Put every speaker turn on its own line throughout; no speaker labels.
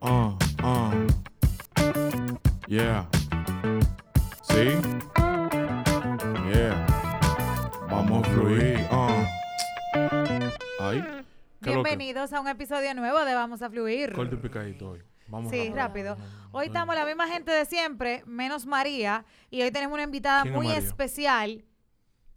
Uh, uh. Yeah. See? Yeah. Vamos a fluir. Uh. Ahí. ¿Qué lo que?
Bienvenidos a un episodio nuevo de Vamos a Fluir.
Corto y picadito hoy. Vamos
Sí,
rápido.
rápido. Hoy estamos la misma gente de siempre, menos María, y hoy tenemos una invitada
¿Quién es
muy
María?
especial,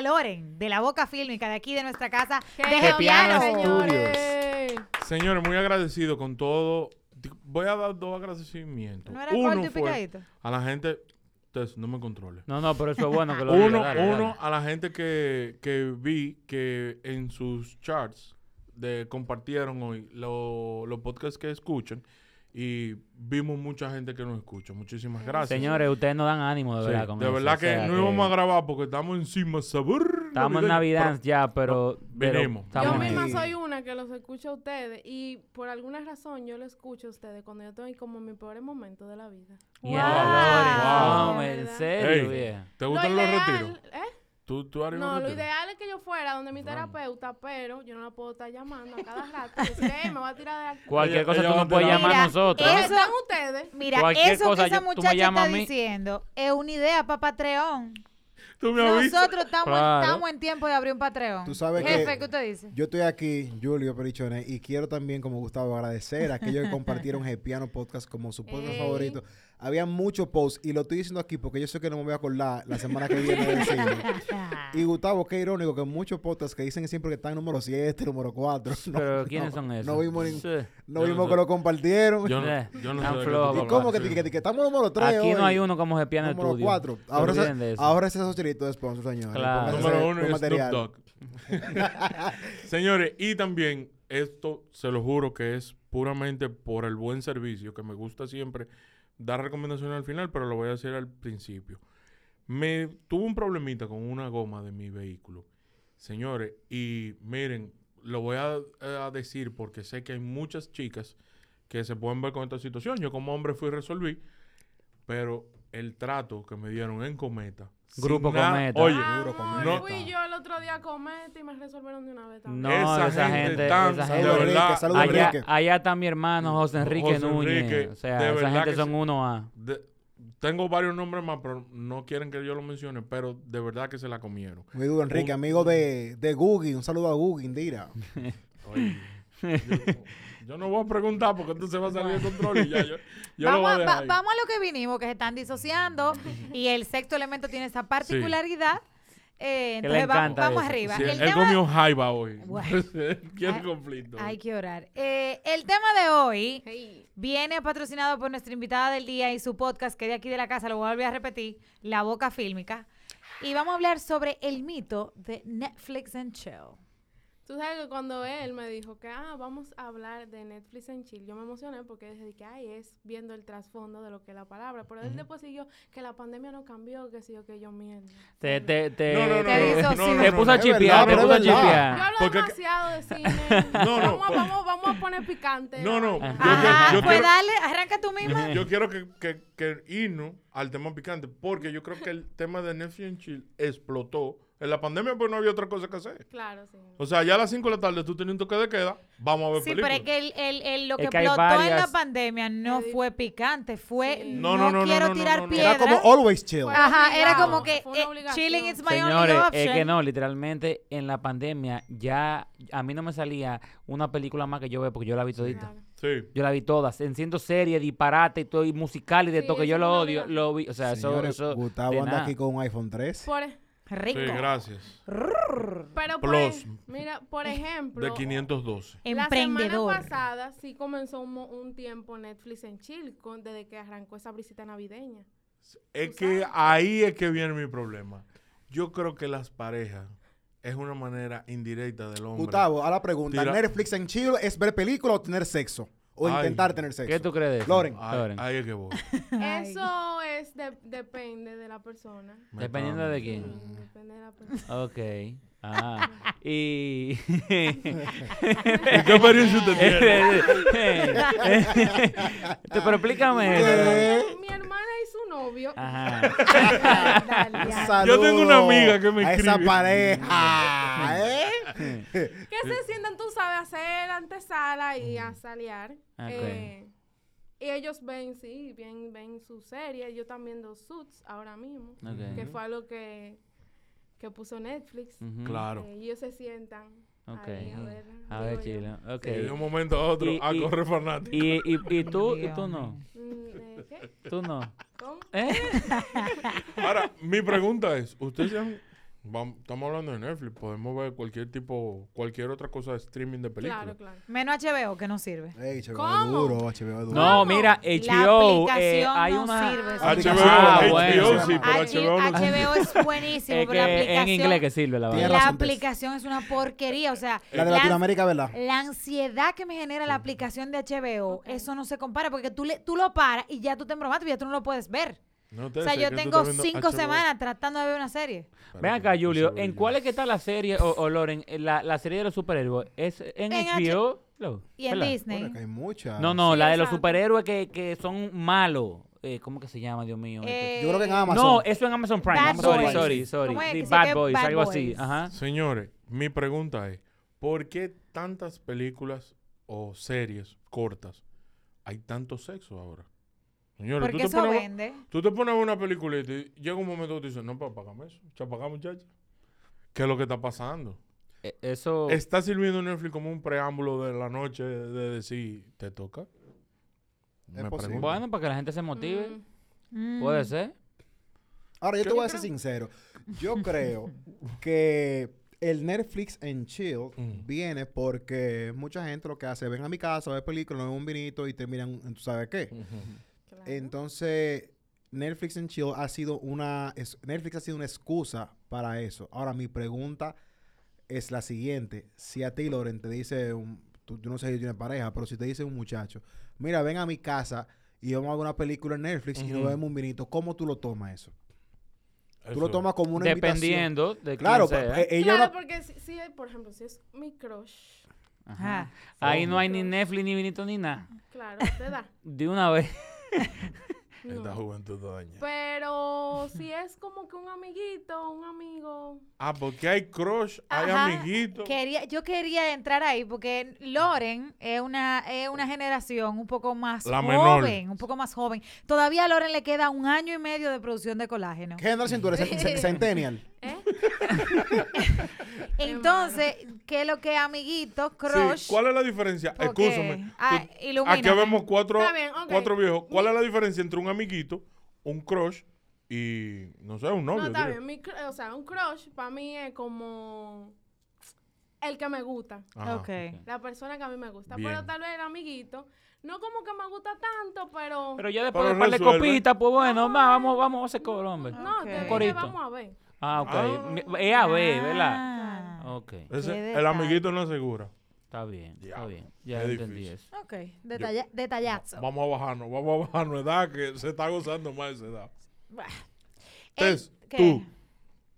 Loren, de la Boca Fílmica, de aquí de nuestra casa,
¡Qué
de
genial,
Gepiano.
señores!
Señores, muy agradecido con todo. Di- Voy a dar dos agradecimientos.
¿No era corto
uno
y
fue
picadito?
a la gente. Ustedes no me controle.
No, no, pero eso es bueno que lo
Uno,
diga, dale, dale.
uno a la gente que, que vi que en sus charts de, compartieron hoy lo- los podcasts que escuchan y vimos mucha gente que nos escucha. Muchísimas gracias.
Señores, ustedes nos dan ánimo, de
Sí,
verdad. con
de
eso,
verdad
o sea,
que no íbamos a grabar porque estamos encima sabor.
Estamos en Navidad ya, pero... pero
venimos.
estamos
Yo
en
misma
eso.
soy una que los escucha a ustedes y por alguna razón yo lo escucho a ustedes cuando yo estoy como en mi peor momento de la vida.
Mierda,
Wow.
Loren, no, en serio,
Ey,
vieja.
¿Te gustan los retiros?
¿eh?
¿Tú, tú harías
No,
un
lo
retiro?
ideal es que yo fuera donde mi terapeuta, pero yo no la puedo estar llamando a cada rato. Es que me va a tirar de
Cualquier
Ella-
cosa
ella
tú
va a
nos puedes
tirar-
llamar
Mira,
a nosotros.
¿Dónde
Eso-
están ustedes?
Mira,
Cualquier
eso
cosa,
que esa
yo- tú me
muchacha
llamas
está
a mí.
diciendo es una idea para Patreon.
Tú me avisas.
Nosotros estamos,
Claro.
estamos en tiempo de abrir un Patreon.
Tú sabes
Jefe,
que-
¿qué usted dice?
Yo estoy aquí, Julio Perichone, y quiero también, como Gustavo, agradecer a aquellos que compartieron el Piano Podcast como su podcast
Ey.
favorito. Había muchos posts, y lo estoy diciendo aquí porque yo sé que no me voy a acordar la semana que viene de decirlo. Y Gustavo, qué irónico que muchos podcasts que dicen siempre que están en número 7, número 4.
Pero ¿quiénes son esos?
No vimos, nin-
Sí.
no
Yo no
vimos
sé.
que lo compartieron.
Yo
Eh,
no, yo no
tan
sé de qué tú
flojo,
hablas,
¿Y cómo que,
sí.
que- que estamos número 3?
Aquí no hay uno como se piano
Número
estudio.
4.
Se
Ahora,
olviden de
se,
eso.
ahora ese es socialito de sponsor, señor.
Claro.
Póngase
Número
ese
uno es Snoop
material.
Dogg. Señores, y también esto se lo juro que es puramente por el buen servicio, que me gusta siempre dar recomendaciones al final, pero lo voy a hacer al principio. Me tuve un problemita con una goma de mi vehículo. Señores, y miren, lo voy a, eh, a decir porque sé que hay muchas chicas que se pueden ver con esta situación. Yo como hombre fui y resolví, pero el trato que me dieron en Cometa. sin
Grupo
nada-
Cometa.
Oye,
Ah,
Seguro,
Amor,
no-
fui yo el otro día a comete y me resolvieron de una vez también.
No,
esa,
esa,
gente,
gente,
tan-
esa
Saludos,
de
gente...
verdad,
Saludos,
Allá,
Enrique.
allá está mi hermano José Enrique
José
Núñez.
Enrique,
o
de
sea, esa
verdad
gente
que
son
sí.
uno a...
de- tengo varios nombres más, pero no quieren que yo lo mencione, pero de verdad que se la comieron.
Muy duro, Enrique,
Un-
amigo de, de Googie. Un saludo a Googie, Indira.
Oye, yo, yo no voy a preguntar porque entonces va a salir de control y ya yo, yo lo
vamos,
voy a
a,
dejar
va-
ahí.
vamos a lo que vinimos, que se están disociando y el sexto elemento tiene esa particularidad. Eh,
Que le
entonces vamos,
encanta
vamos
eso.
arriba.
Sí,
el
él
tema,
comió jaiba hoy.
Guau.
Quiere
Ay,
conflicto.
hay que orar. Eh, el tema de hoy
Hey.
viene patrocinado por nuestra invitada del día y su podcast, que de aquí de la casa, lo voy a volver a repetir, La Boca Fílmica. Y vamos a hablar sobre el mito de Netflix and Chill.
Tú sabes que cuando él me dijo que ah, vamos a hablar de Netflix en Chile, yo me emocioné porque dije que ay, es viendo el trasfondo de lo que es la palabra. Pero él después siguió que la pandemia no cambió, que sí, o que yo mierda.
Te, te, te,
No, no, no,
te-
Te
no,
hizo
no, no,
te
no,
puso
no,
a
es
chipear,
verdad,
te
pero
puso a
es verdad.
Yo
chipear.
hablo
Porque-
demasiado de cine.
No, no,
vamos,
por-
vamos, vamos a poner picante. Ah,
No, no,
la vaina.
Yo que-
Ajá,
yo
pues
quiero-
dale, arranca tú misma.
Yo quiero que, que, que irnos al tema picante, porque yo creo que el tema de Netflix and Chill explotó En la pandemia pues no había otra cosa que hacer.
Claro, sí.
O sea, ya a las 5 de la tarde tú tenías un toque de queda, vamos a ver
Sí, pero
películas.
es que el, el- el- lo
Es
que
que hay
explotó en la
varias-
pandemia no
Sí.
fue picante, fue
Sí.
no,
No, no, no,
quiero
no, no,
tirar
no, no.
Era
piedras.
como always chill.
Fue
Ajá, era
obligado,
como que
fue una
eh,
obligación.
chilling is my only
Señores,
option.
es que no, literalmente en la pandemia ya a mí no me salía una película más que yo veo porque yo la vi todita.
Claro.
Sí.
Yo la vi todas, enciendo series, disparate y todo, y musical y de
Sí,
todo, que
eso
yo
es
lo
una
odio,
obligación.
lo vi, o sea, eso,
Señores,
eso de
Gustavo anda
nada.
aquí con un iPhone 3.
Por ej-
Sí,
Rico.
gracias.
pero por
Plus.
ej- mira, por ejemplo,
De 512.
La
Emprendedor.
semana pasada sí comenzó un, mo- un tiempo Netflix en Chile, con, desde que arrancó esa brisita navideña.
Es
Tú
que
sabes.
ahí es que viene mi problema. Yo creo que las parejas es una manera indirecta del hombre.
Gustavo, a la pregunta,
Tira-
¿Netflix and chill es ver película o tener sexo? O
Ay.
intentar tener sexo.
¿Qué tú crees de eso?
Loren.
Ahí,
Loren.
ahí es que voy.
Ay.
Eso es de- depende de la persona.
Me
Dependiendo de
cago.
Sí,
quién.
depende de la persona.
Ok. Ah. Y.
¿Y qué experiencia usted tiene?
Te- Pero explícame eso.
¿Qué?
Mi hermana y su novio.
Ajá.
Dale, ya.
Yo tengo una amiga que me
a esa
escribe.
pareja, ¿eh?
Que se sientan, tú sabes, a hacer antesala y a saliar.
Ah,
Eh, y ellos ven, sí, ven, ven su serie. Yo también dos suits ahora mismo.
Ok.
Que fue algo que, que puso Netflix.
Ujú.
Claro.
Eh, y ellos se sientan.
Ok.
ahí, a ver,
A ver,
digo yo.
Chile. Ok.
Y de un momento a otro,
Y-
a
y-
correr fanático.
Y, y, y tú, y tú no.
Mm, eh, ¿Qué?
Tú no.
¿Cómo?
¿Eh?
Ahora, mi pregunta es, ustedes se han... vam- Estamos hablando de Netflix, podemos ver cualquier tipo, cualquier otra cosa de streaming de películas.
Claro, claro.
Menos HBO, que no sirve.
Ey, HBO
¿Cómo?
duro, HBO duro.
No, mira,
La
HBO. eh,
aplicación
hay
no
una.
sirve, sí.
HBO,
Ah,
HBO,
bueno.
sí, pero
Aquí
HBO no sirve.
HBO es buenísimo,
Es
pero la
que
aplicación,
en inglés que sirve la
Tienes
verdad.
la
razón,
pues.
Tess.
aplicación es una porquería. O sea,
La de Latinoamérica, ¿verdad?
la ansiedad que me genera la aplicación de HBO, eso no se compara, porque tú, le, tú lo paras y ya tú te embromaste, ya tú no lo puedes ver.
No te
O sea,
sé,
yo
que tú
tengo
estás viendo
cinco
HBO.
semanas tratando de ver una serie.
Ven
Espérate,
acá,
no
Julio.
se ve
¿En
yo.
cuál es que está la serie, o, o Loren, eh, la, la serie de los superhéroes? ¿Es en,
En H-
HBO? Lo-
Y en
¿verdad?
Disney.
Bueno, que hay muchas.
No, no,
Sí,
la de los
exacto.
superhéroes que, que son malos. Eh, ¿Cómo que se llama, Dios mío? Este,
eh,
Yo creo que en Amazon.
No, eso en Amazon Prime.
Bad
I'm sorry,
Boys.
sorry, sorry.
¿Cómo es
Sí,
que se
Bad
llama?
Boys,
Bad
algo así.
Boys.
Ajá.
Señores, mi pregunta es, ¿por qué tantas películas o series cortas hay tanto sexo ahora? Señores,
porque eso
pones a ver-
vende.
Tú te pones a ver una película y te- llega un momento que tú dices, no, papá, págame eso. Chapacá, muchacha. ¿Qué es lo que está pasando?
Eh, Eso.
Está sirviendo Netflix como un preámbulo de la noche de decir, ¿te toca?
Es posible.
pregunto.
Bueno, para que la gente se motive.
Mm,
Mm.
Puede ser.
Ahora, yo te voy a ser sincero. Yo creo que el Netflix en chill
Mm.
viene porque mucha gente lo que hace, ven a mi casa, ver películas, ven un vinito y terminan, en ¿tú sabes qué?
claro.
Entonces, Netflix en chill ha sido una es- Netflix ha sido una excusa para eso. Ahora mi pregunta es la siguiente: si a ti Loren te dice, un- tú, yo no sé si tienes pareja, pero si te dice un muchacho, mira, ven a mi casa y vamos a ver una película en Netflix y nos
Ujú.
vemos un vinito, ¿cómo tú lo tomas eso?
Eso.
Tú lo tomas como una invitación.
Dependiendo de quién
Claro,
sea.
pa- eh, ella
Claro,
no-
porque si, si, por ejemplo, si es mi crush,
Mm.
Ajá.
Ajá.
oh.
Ahí no hay ni Netflix, ni vinito, ni nada.
claro, te da.
De una vez.
No.
Esta juventud te daña.
Pues, Pero si es como que un amiguito, un amigo.
Ah, porque hay crush, hay
Ajá,
amiguitos.
Quería, yo quería entrar ahí porque Loren es una, es una generación un poco más
La menor.
joven, un poco más joven. Todavía a Loren le queda un año y medio de producción de colágeno.
¿Qué generación tú eres? Cen- cen- Centennial.
¿eh?
Entonces, ¿qué es lo que amiguito,
Sí,
crush?
¿Cuál es la diferencia?
Porque-
Excúsame.
Ah,
Tú-
ilumíname.
Aquí vemos cuatro,
Está bien, ok.
cuatro viejos. ¿Cuál es la diferencia entre un amiguito, un crush y, no sé, un
No,
novio?
está
diría?
bien. mi cru- o sea, un crush para mí es como el que me gusta.
Ajá.
Ok.
La persona que a mí me gusta.
Bien.
Pero tal vez el amiguito, no como que me gusta tanto, pero.
Pero ya después
Pero
de un par de
resuelve.
copitas, pues bueno, va, vamos, vamos a hacer coro, hombre.
no,
Ok.
te dije,
Corito.
vamos a ver.
Ah, ok.
Ah.
Mi- Es a ver, ¿verdad?
Ah,
Ok.
Ese- el
detalle.
amiguito no asegura.
Está bien, está
Diablo,
bien. Ya
qué
entendí
difícil.
eso.
Oh.
Ok, detalla- detallazo.
Vamos a bajarnos, vamos a bajarnos edad, que se está gozando más esa edad.
Bah.
Entonces,
El- ¿qué?
tú,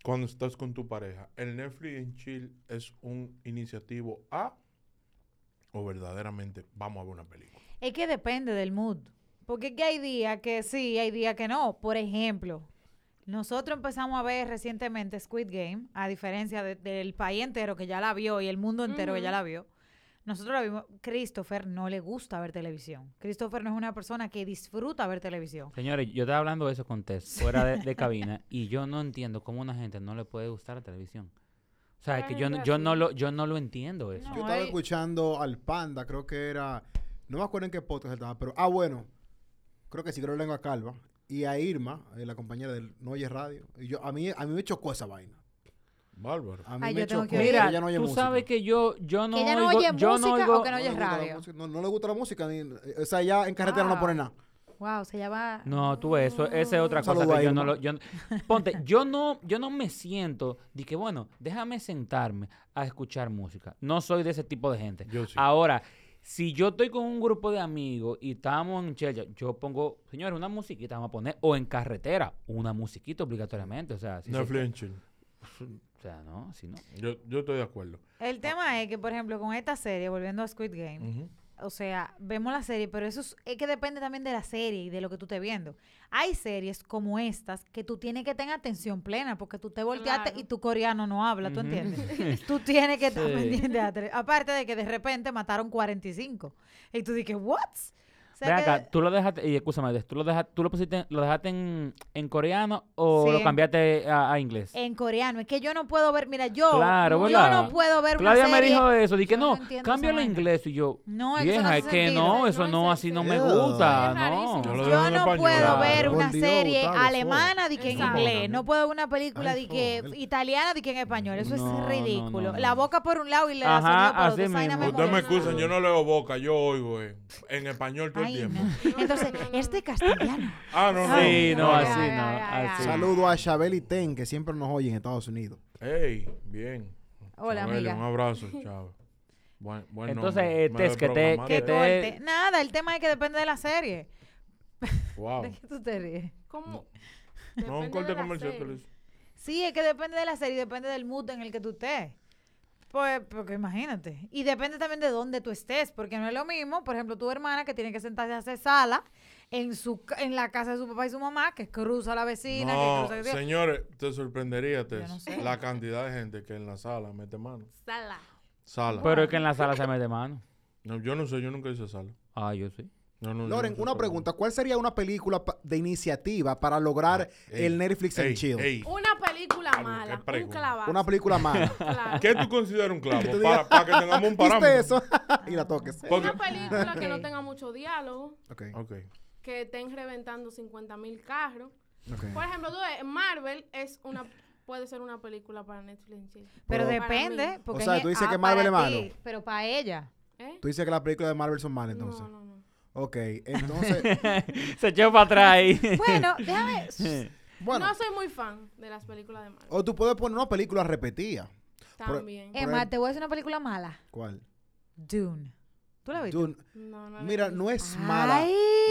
cuando estás con tu pareja, ¿el Netflix en Chill es un iniciativo A o verdaderamente vamos a ver una película?
Es que depende del mood. Porque es que hay días que sí, hay días que no. Por ejemplo, Nosotros empezamos a ver recientemente Squid Game, a diferencia de- del país entero que ya la vio y el mundo entero que ya
Ujú.
la vio. Nosotros la vimos. Christopher no le gusta ver televisión. Christopher no es una persona que disfruta ver televisión.
Señores, yo estaba hablando de eso con Tess, fuera de, de cabina, y yo no entiendo cómo a una gente no le puede gustar la televisión. O sea, es que yo, no- yo, no, lo, yo no lo entiendo eso.
No,
Yo estaba
hay-
escuchando al Panda, creo que era. No me acuerdo en qué podcast estaba, pero. Ah, bueno. Creo que sí, creo que lengua calva. Y a Irma, eh, la compañera del No Oye Radio. Y yo, a mí, a mí me chocó esa vaina.
Bárbaro.
A mí
Ay,
me
yo tengo
chocó.
que oír.
Mira,
ella no oye
tú
música.
sabes que yo, yo no
Que ella no
oigo-
oye
yo no
música
oigo-
o que no
le
oye
gusta la
radio.
música, No, no le gusta la música. ni- eh, o sea, ya en carretera no
Wow.
pone nada.
Wow, se llama.
No, tú eso, esa es otra
Un
cosa
saludo
que
a
yo no
Irma.
lo, yo no- ponte, yo no, yo no me siento de que bueno, déjame sentarme a escuchar música. No soy de ese tipo de gente.
Yo sí.
Ahora, si yo estoy con un grupo de amigos y estamos en Checha, yo pongo, señores, una musiquita vamos a poner, o en carretera, una musiquita obligatoriamente. O sea, si se-
Netflix and chill.
o sea, no, si no.
Yo, yo estoy de acuerdo.
El tema es que, por ejemplo, con esta serie, volviendo a Squid Game,
Ujú.
O sea, vemos la serie, pero eso es, es que depende también de la serie y de lo que tú estés viendo. Hay series como estas que tú tienes que tener atención plena porque tú te volteaste
Claro.
y tu coreano no habla, ¿tú
Ujú.
entiendes? tú tienes que estar
Sí.
pendiente a tres. Aparte de que de repente mataron 45. Y tú dices, ¿what? O sea
Ven
que-
acá, tú lo dejaste, y escúchame, tú lo dejaste, tú lo pusiste, lo dejaste en, en coreano o
Sí,
lo
en-
cambiaste a, a inglés.
en coreano, es que yo no puedo ver, mira, yo,
Claro,
yo
¿verdad?
no puedo ver una
Claudia me
serie-
dijo eso, dije que
Yo no
no,
entiendo esa
cámbialo a
vaina.
inglés y yo.
No, es que eso no
Vieja,
hace
es que
sentido.
no,
No
eso
hace
no, así no me
sentido.
gusta,
Es rarísimo.
no.
Yo lo dejo
Yo
en
no
español.
puedo
Claro.
ver una
Por Dios,
serie
Gustavo,
alemana de que en
Exacto.
inglés, no puedo ver una película
Ay,
de que
joder.
italiana de que en español, eso
No,
es
no,
ridículo.
no, no.
La boca por un lado y la
Ajá,
sonido por
así
otro. esa vaina
mismo.
Ustedes me
molesta.
excusan, yo no leo boca, yo oigo eh, en español todo el
Ay,
tiempo.
no. Entonces, este castellano.
Ah, no, no.
Sí, no,
Ay,
así
ay,
no,
ay, ay,
así.
ay.
Saludo a Chabel y Ten, que siempre nos oye en Estados Unidos.
Ey, bien.
Hola,
Chabeli,
amiga.
Un abrazo, chavo. Buen, buen
Entonces,
nombre.
eh,
Me
Tess, que te-
desprogramaste.
que
Qué
te-
corte. Nada, el tema es que depende de la serie.
Wow.
¿De qué tú te ríes?
¿Cómo?
No, un
Depende
corte
de la
comercial que
serie.
le hizo.
Sí, es que depende de la serie, depende del mood en el que tú estés. Pues, porque imagínate. Y depende también de dónde tú estés, porque no es lo mismo, por ejemplo, tu hermana que tiene que sentarse a hacer sala en su ca- en la casa de su papá y su mamá, que cruza la vecina,
No,
que cruza...
señores, te sorprendería, Tess,
no sé.
la cantidad de gente que en la sala mete mano.
Sala.
Sala.
Pero es que en la sala se mete mano.
No, yo no sé, yo nunca hice sala.
Ah, yo sí.
No, no, yo
Loren,
no sé
una
sala.
pregunta. ¿Cuál sería una película pa- de iniciativa para lograr
Ah, Ey,
el Netflix
ey,
and Chill?
ey.
Una película
Claro,
mala.
qué
Un
pregunta.
clavazo.
Una película mala.
claro.
¿Qué tú consideras un clavo?
tú
Para,
digas,
para que tengamos un
¿Viste
parámetro.
eso? y la toques.
Porque-
Una película que no
Ok.
tenga mucho diálogo,
Ok,
Ok.
que estén reventando 50 mil carros.
ok.
Por ejemplo, tú ves, Marvel es una puede ser una película para Netflix en Chile.
Pero
Para mí.
depende, porque...
sea,
ella-
tú dices que
para
Marvel es
ti,
malo.
Pero para ella.
¿Eh?
Tú dices que las películas de Marvel son malas,
No,
entonces.
no, no.
Ok, entonces.
se echó para atrás ahí.
Bueno, déjame...
bueno, Oh,
No soy muy fan de las películas de Marvel.
o tú puedes poner una película repetida. por-
También.
Emma, te voy a decir una película mala.
¿Cuál?
Dune. ¿Tú la viste?
Dune.
No, no.
Mira,
no.
no es mala.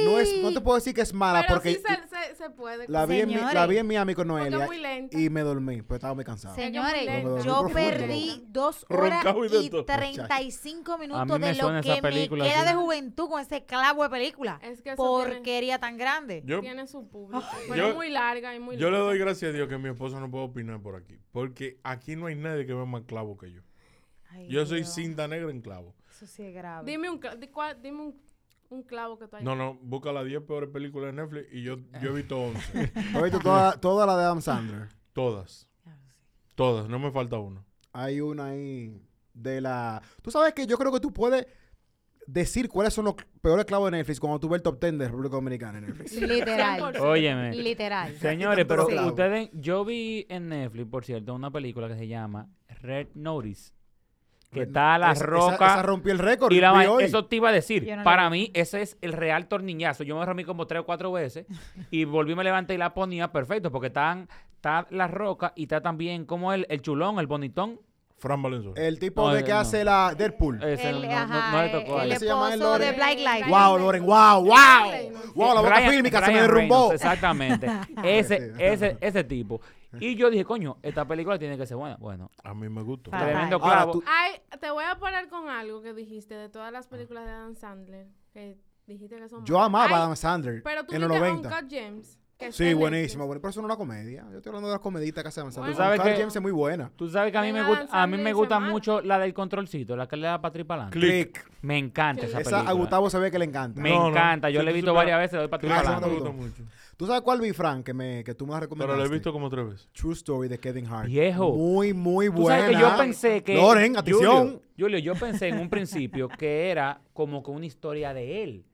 No, es, no
Ay.
te puedo decir que es mala
Pero
porque
sí se, se, se puede.
la, vi en mi, la
Señores.
vi en Miami con
Porque
Noelia
es muy lenta.
y me dormí, pues estaba muy cansado.
Señores,
Ella es muy
yo
lenta.
perdí dos horas
Roncaba y de
y
todo.
35
A mí
minutos
me
de lo
suena esa
que me
película,
queda de
sí.
juventud con ese clavo de película.
Es que eso
Porquería tan grande.
Yo,
Tiene su público.
Ah.
Yo-
Pero es muy larga y muy
yo le
larga.
doy gracias a Dios que mi esposa no puede opinar por aquí. Porque aquí no hay nadie que vea más clavo que yo.
Ay,
Yo soy
Dios,
cinta negra en clavo.
Eso sí es grave.
Dime un, cla- di cuál- dime un, un clavo que tú hayas.
No, no, busca las 10 peores películas de Netflix y yo, yo he visto 11.
He visto toda, toda la de Adam Sandler.
Todas. Todas, no me falta una.
Hay una ahí de la... Tú sabes que yo creo que tú puedes decir cuáles son los peores clavos de Netflix cuando tú ves el top 10 de República Dominicana en Netflix.
Literal.
Óyeme.
literal.
Señores, pero
Sí.
ustedes, yo vi en Netflix, por cierto, una película que se llama Red Notice, que está a la
Esa-
roca.
Esa, esa rompió el récord.
Y la
vi
vaina-
hoy.
eso te iba a decir.
Yo no la
para
vi.
mí, ese es el real torniñazo. Yo me dormí como tres o cuatro veces y volví, me levanté y la ponía perfecto porque están, está la roca y está también como el, el chulón, el bonitón.
Fran Valenzuela.
El tipo
No,
de que
no. Eh,
hace la Deadpool.
Ese
El,
no, no-
ajá,
no le tocó a
el
él.
¿Cómo se llama él,
esposo de
Loren?
Black Lives.
wow,
Ryan
Loren,
Reynolds.
wow, wow.
Reynolds.
Wow, la boca
Ryan-
fílmica se me
Ryan
derrumbó.
Reynolds, exactamente. ese,
Sí.
ese, ese tipo. Y yo dije, coño, esta película tiene que ser buena. Bueno,
A mí me gustó.
Fatal.
tremendo
Ahora,
clavo.
tú-
Ay, te voy a parar con algo que dijiste de todas las películas de Adam Sandler. Que dijiste que son
Yo
malas.
amaba
Ay,
a Adam Sandler
Pero tú
en los
viste
90.
Uncut James. que está
Sí,
en
buenísima.
Netflix.
Bueno, pero eso no es una comedia. Yo estoy hablando de las comeditas que se hacen.
Bueno. Tú
Scarlett
sabes
que-
James es muy buena.
Tú sabes que a mí me,
Ven,
gusta, a mí
Adam
me
Sandler
gusta
hizo mal.
mucho la del controlcito, la que le da para atrás para adelante.
Click.
Me encanta
Sí.
esa
Esa
película.
a Gustavo se ve que le encanta.
Me
No, no.
encanta. Yo
Si
la he
tú
visto
supieras-
varias veces, le doy para
Click
atrás
Ah,
para
esa
adelante.
me
no
gusta
me
mucho.
¿Tú sabes cuál vi, Frank, que, me, que tú me
Pero
recomendaste?
la he visto como tres veces.
True Story de Kevin Hart.
Viejo.
Muy, muy
Tú
buena.
sabes que yo pensé que.
Loren,
Julio,
atención.
Julio, yo pensé en un principio que era como que una historia de él.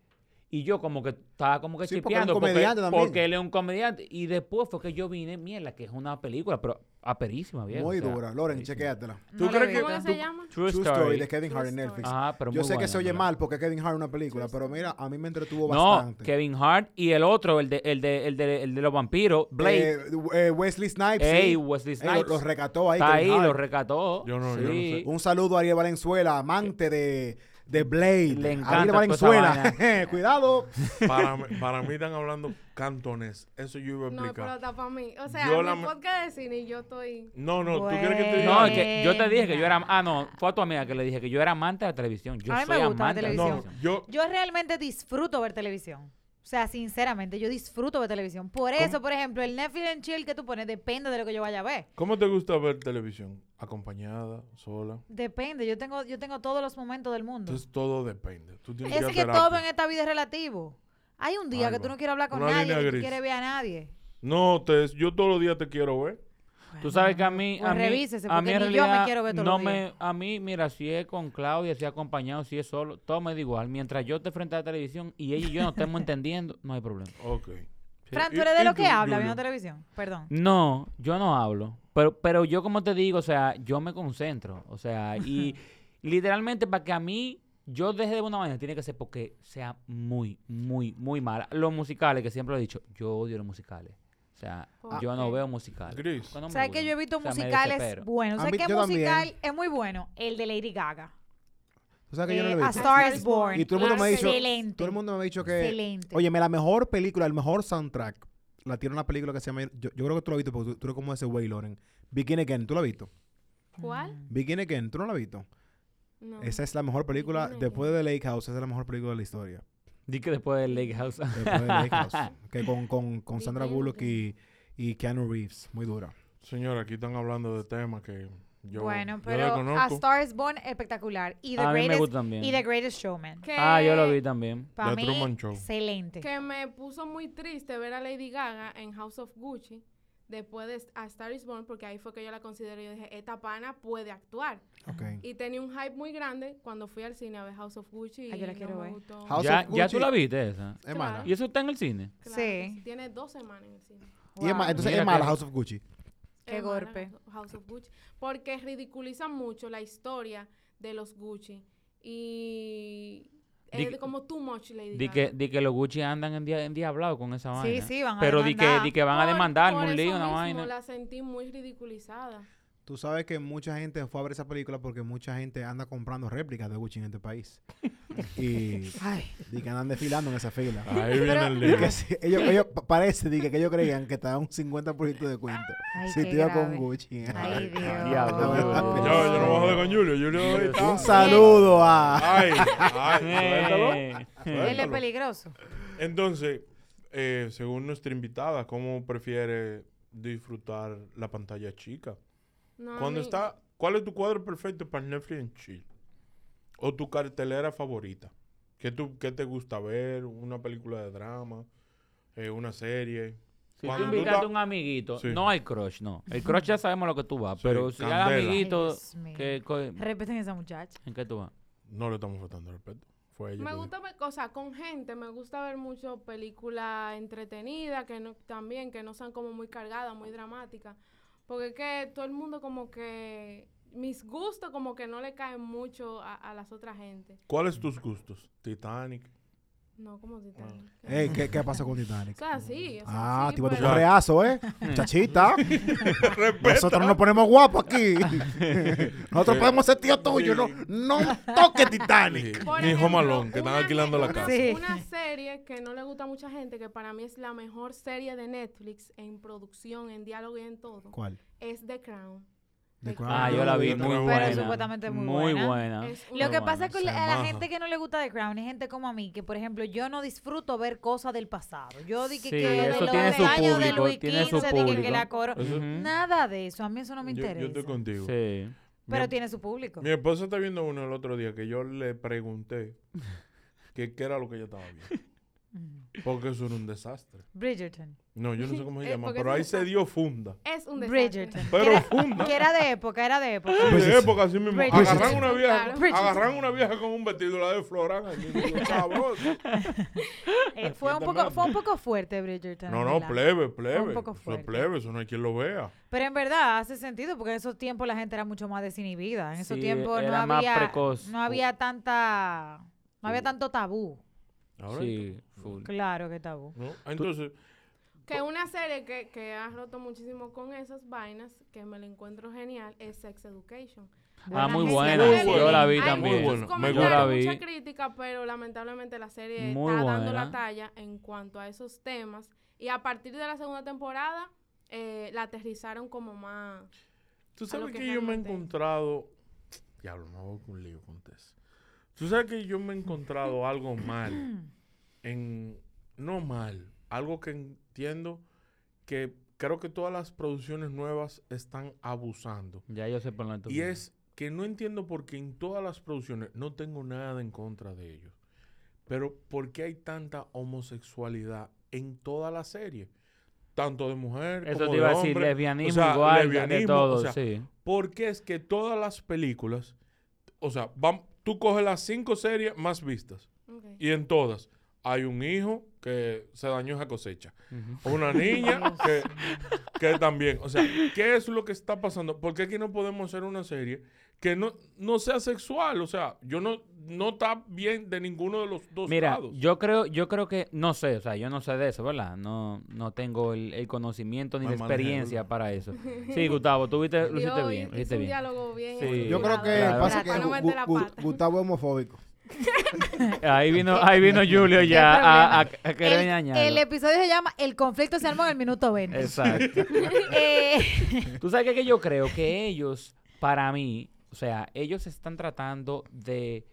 Y yo como que estaba como que
Sí, porque era un
chipeando. Porque,
comediante también.
porque él es un comediante. Y después fue que yo vine, mierda, que es una película, pero aperísima, viejo.
Muy
o sea,
dura. Loren,
aperísima.
chequéatela.
¿Tú
No la
crees
vi.
que-
¿Cómo
tú-
se llama?
True,
True
Story.
Story de Kevin Hart en
True
Netflix.
Ajá, pero
Yo
muy
sé que
buena,
se oye
muy
mal porque Kevin Hart es una película, pero mira, a mí me entretuvo
No,
bastante.
Kevin Hart y el otro, el de, el de, el de, el de los vampiros, Blade.
Eh, eh, Wesley Snipes. sí.
Ey, Wesley
Eh, lo-
Snipes.
los recató ahí.
Está ahí,
Kevin Hart.
lo recató.
Yo no- yo
sí.
no sé.
Un saludo a Ariel Valenzuela, amante de, de Blade.
Le encanta
Ariel
toda esa
Valenzuela. Cuidado.
Para, mí- para mí están hablando cantonés. Eso yo iba a
No, pero
explicar.
está para mí. O sea,
Yo
en
la
mi
me-
podcast de cine yo estoy...
No, no, tú quieres que te diga.
No, es que yo te dije que yo era. Ah, no, fue a tu amiga que le dije que yo era amante de la televisión. Yo
A mí me
soy
gusta la
amante de la
No,
televisión.
televisión.
yo.
Yo realmente disfruto ver televisión. O sea, sinceramente, yo disfruto ver televisión. Por eso, por ejemplo, el Netflix and Chill que tú pones depende de lo que yo vaya a ver.
¿Cómo te gusta ver televisión? ¿Acompañada? ¿Sola?
Depende, yo tengo, yo tengo todos los momentos del mundo.
Entonces todo depende. Tú tienes
Es
ir a
que
terapia.
todo en esta vida es relativo. Hay un día
Ahí
que
va.
tú no quieres hablar con
Una
nadie,
línea
que tú
gris.
quieres ver a nadie.
No, te, yo todos los días te quiero ver.
Tú sabes que a mí,
Pues
a mí,
revísese,
a mí
porque
en
ni yo me
realidad
quiero ver todos
no
los días.
me, a mí, mira, si es con Claudia, si es acompañado, si es solo, todo me da igual. Mientras yo esté frente a la televisión y ella y yo no estemos entendiendo, no hay problema.
Ok.
Fran,
¿Y-
tú eres de
y
lo que
tú,
habla
Julio?
viendo televisión. Perdón.
No, yo no hablo. Pero, pero yo, como te digo, o sea, yo me concentro. O sea, y literalmente para que a mí yo deje de ver una vaina, tiene que ser porque sea muy, muy, muy mala. Los musicales, que siempre lo he dicho, yo odio los musicales. O sea,
¿Por
yo no
qué?
veo musicales.
Gris.
Porque no me
¿Sabes que
gustan.
yo he visto
O sea, me
musicales
desespero.
buenos?
A
¿Sabes
mí-
qué
yo también.
musical es muy bueno? El de Lady Gaga.
Tú sabes Ah, que yo no
Eh,
lo he
a
visto.
Star is Born.
Y todo el mundo me ha dicho,
Excelente.
todo el mundo me ha dicho que,
Excelente.
oye, la mejor película, el mejor soundtrack, la tiene una película que se llama, yo, yo creo que tú lo has visto porque tú, tú eres como ese güey, Loren. Begin Again, ¿tú lo has visto?
¿Cuál?
Begin Again, ¿tú no lo has visto?
No.
Esa es la mejor película,
Begin
después de Lake House, esa es la mejor película de la historia.
Di que después de Lake House.
Después de Lake House, que con, con, con Sandra
Begin
Bullock y, y Keanu Reeves, muy dura.
Señora, aquí están hablando de temas que yo,
bueno,
yo
pero A
desconozco.
Star is Born espectacular. Y The,
a mí me
greatest,
gusta también.
y The Greatest Showman.
Que-
Ah, yo lo vi también.
Para
The
mí,
Truman Show.
excelente.
Que me puso muy triste ver a Lady Gaga en House of Gucci después de A Star is Born, porque ahí fue que yo la consideré. Yo dije, esta pana puede actuar.
Ok.
Y tenía un hype muy grande cuando fui al cine a ver House of Gucci.
Ah,
y
yo la
no
quiero
me
ver.
gustó.
House
ya,
of
ya
Gucci.
tú la viste esa.
Hermana.
¿Y eso está en el cine?
Claro
Sí.
que Tiene dos semanas en el cine.
Y es ma-
Wow.
entonces
Mira
es mala
que-
House of Gucci.
Qué
Es
golpe.
mala, House of Gucci. Porque ridiculiza mucho la historia de los Gucci. Y
Di-
es como too much Lady
Di
Gaga.
que, di que los Gucci andan en día, en día hablado con esa vaina.
sí, van a
Pero di que,
demandar.
di que van a
Por-
demandar,
por
un
eso
lío, una
mismo
vaina.
la sentí muy ridiculizada.
Tú sabes que mucha gente fue a ver esa película porque mucha gente anda comprando réplicas de Gucci en este país. y,
Ay,
y que andan desfilando en esa fila.
Ahí viene el
Y
lío.
que sí, ellos, ellos pa- parece di que, que ellos creían que estaba un 50% de cuento.
Ay,
si
qué
te iba con
grave.
Gucci.
ay, Dios.
diablo,
Yo,
Dios.
yo no voy a joder con Julio. Julio hoy está.
Un saludo a...
Ay, ay, suéltalo.
Eh.
Él es
Suéltalo.
peligroso.
Entonces, eh, según nuestra invitada, ¿cómo prefiere disfrutar la pantalla chica?
No, a
Mm.
Cuando
mí-
está, ¿Cuál es tu cuadro perfecto para Netflix en Chile? ¿O tu cartelera favorita? ¿Qué, tú, qué te gusta ver? ¿Una película de drama? Eh, ¿Una serie?
Si tú
Cuando tú
invitaste a
ta-
un amiguito,
Sí.
no hay crush, no. El crush ya sabemos lo que tú vas,
Sí,
pero si hay
candela.
amiguito,
Dios mío.
que, co-
Respeten a esa muchacha.
¿en qué tú vas?
No le estamos faltando respeto. Fue ella.
Me
que
gusta ver cosas con gente, me gusta ver mucho películas entretenidas, que no, también, que no sean como muy cargadas, muy dramáticas. Porque es que todo el mundo como que, mis gustos como que no le caen mucho a, a las otras gente.
dijo. ¿Cuáles tus gustos? Titanic.
No, como Titanic.
Ey, ¿qué, ¿Qué pasó con
O
Titanic?
sea, sí. o sea,
Ah,
sí,
tipo de
pero-
Ya.
correazo, ¿eh? Muchachita. Nosotros no nos ponemos guapos aquí. Nosotros
pues, Sí.
podemos ser tíos tuyos. No,
Sí.
no toque Titanic.
Ni-
Por
Ni hijo
ejemplo,
malón, que están
una
alquilando
ne-
la
una-
casa.
Sí.
Una serie que no le gusta a mucha gente, que para mí es la mejor serie de Netflix en producción, en diálogo y en todo,
¿Cuál?
es The Crown.
¿De cuál?
Ah, yo la vi,
Pero
muy buena.
es supuestamente muy buena.
Es
muy
una-
Lo que
buena.
pasa es que
se
a la
maja.
gente que no le gusta The Crown es gente como a mí, que por ejemplo yo no disfruto ver cosas del pasado. Yo dije
Sí,
que de
eso
los
tiene su
años de
público,
Luis
tiene su
XV, dije que
público.
la coro.
Eso-
Ujú.
Nada de eso, a mí eso no me
Yo-
interesa.
Yo, estoy contigo.
Sí.
Pero
Mi-
tiene su público.
Mi esposa está viendo uno el otro día que yo le pregunté que qué era lo que ella estaba viendo.
Mm.
Porque eso era un desastre.
Bridgerton.
No, yo no sé cómo se
Eh,
llama,
porque
pero
eso
ahí
es-
se dio funda.
Es un desastre.
Bridgerton.
Pero Pues,
que, era,
funda.
que era de época, era de época.
Sí,
Bridgerton.
época así mismo.
Bridgerton.
Agarran una vieja,
Bridgerton.
agarran una vieja con un vestido, la de Florán. Sabroso.
Eh, fue, un poco, fue un poco fuerte Bridgerton.
No,
en
no,
verdad.
plebe, plebe.
poco
Eso
fuerte.
es plebe, eso no hay quien lo vea.
Pero en verdad hace sentido porque en esos tiempos la gente era mucho más desinhibida. En esos
Sí,
tiempos no
era más
había,
precoz.
no había tanta, no había tanto tabú.
Ahora,
Sí, full.
Claro que tabú.
¿no? Entonces,
Que una serie que, que ha roto muchísimo con esas vainas, que me la encuentro genial, es Sex Education.
Ah, muy
gente,
buena.
Muy
Yo la
buena.
vi
Hay
también.
Muy buena.
muchos
buena. Me
comentarios,
Yo la vi.
mucha crítica, pero lamentablemente la serie
Muy
está dando
buena.
la talla en cuanto a esos temas. Y a partir de la segunda temporada, eh, la aterrizaron como más...
tú
A lo
sabes
que
que, yo me he
realmente-
encontrado. Diablo, me hago un lío con Tess. Tú sabes que yo me he encontrado algo mal. En, no mal, algo que entiendo que creo que todas las producciones nuevas están abusando.
Ya yo sé por dónde tú
Y
vienes.
es que no entiendo por qué en todas las producciones no tengo nada en contra de ellos. Pero ¿por qué hay tanta homosexualidad en toda la serie? Tanto de mujer
Eso
como de
te iba a decir,
hombre.
lesbianismo
o sea,
igual, de
lesbianismo,
todo,
o sea,
sí.
¿Por qué es que todas las películas, o sea, vam- tú coges las cinco series más vistas
Ok.
y en todas hay un hijo que se dañó esa cosecha. Una niña que, que también. O sea, ¿qué es lo que está pasando? ¿Por qué aquí no podemos hacer una serie que no, no sea sexual? O sea, yo no, no está bien de ninguno de los dos
Mira,
lados.
yo creo, yo creo que, no sé, o sea, yo no sé de eso, ¿verdad? No, no tengo el, el conocimiento ni
Mal
la
manejo,
experiencia para eso. Sí, Gustavo, tú viste, lo hiciste
Dios,
bien, lo
hizo
hiciste
un
bien.
diálogo bien.
Sí.
Yo creo que
Claro.
pasa que
Para no
Gu-
meter la
Gu-
pata.
Gustavo es homofóbico.
Ahí vino, ahí vino Julio ya a, a, a querer
El,
ñañarlo.
el episodio se llama El conflicto se armó en el minuto 20.
Exacto.
Eh,
Tú sabes que, que yo creo que ellos, para mí, o sea, ellos están tratando de,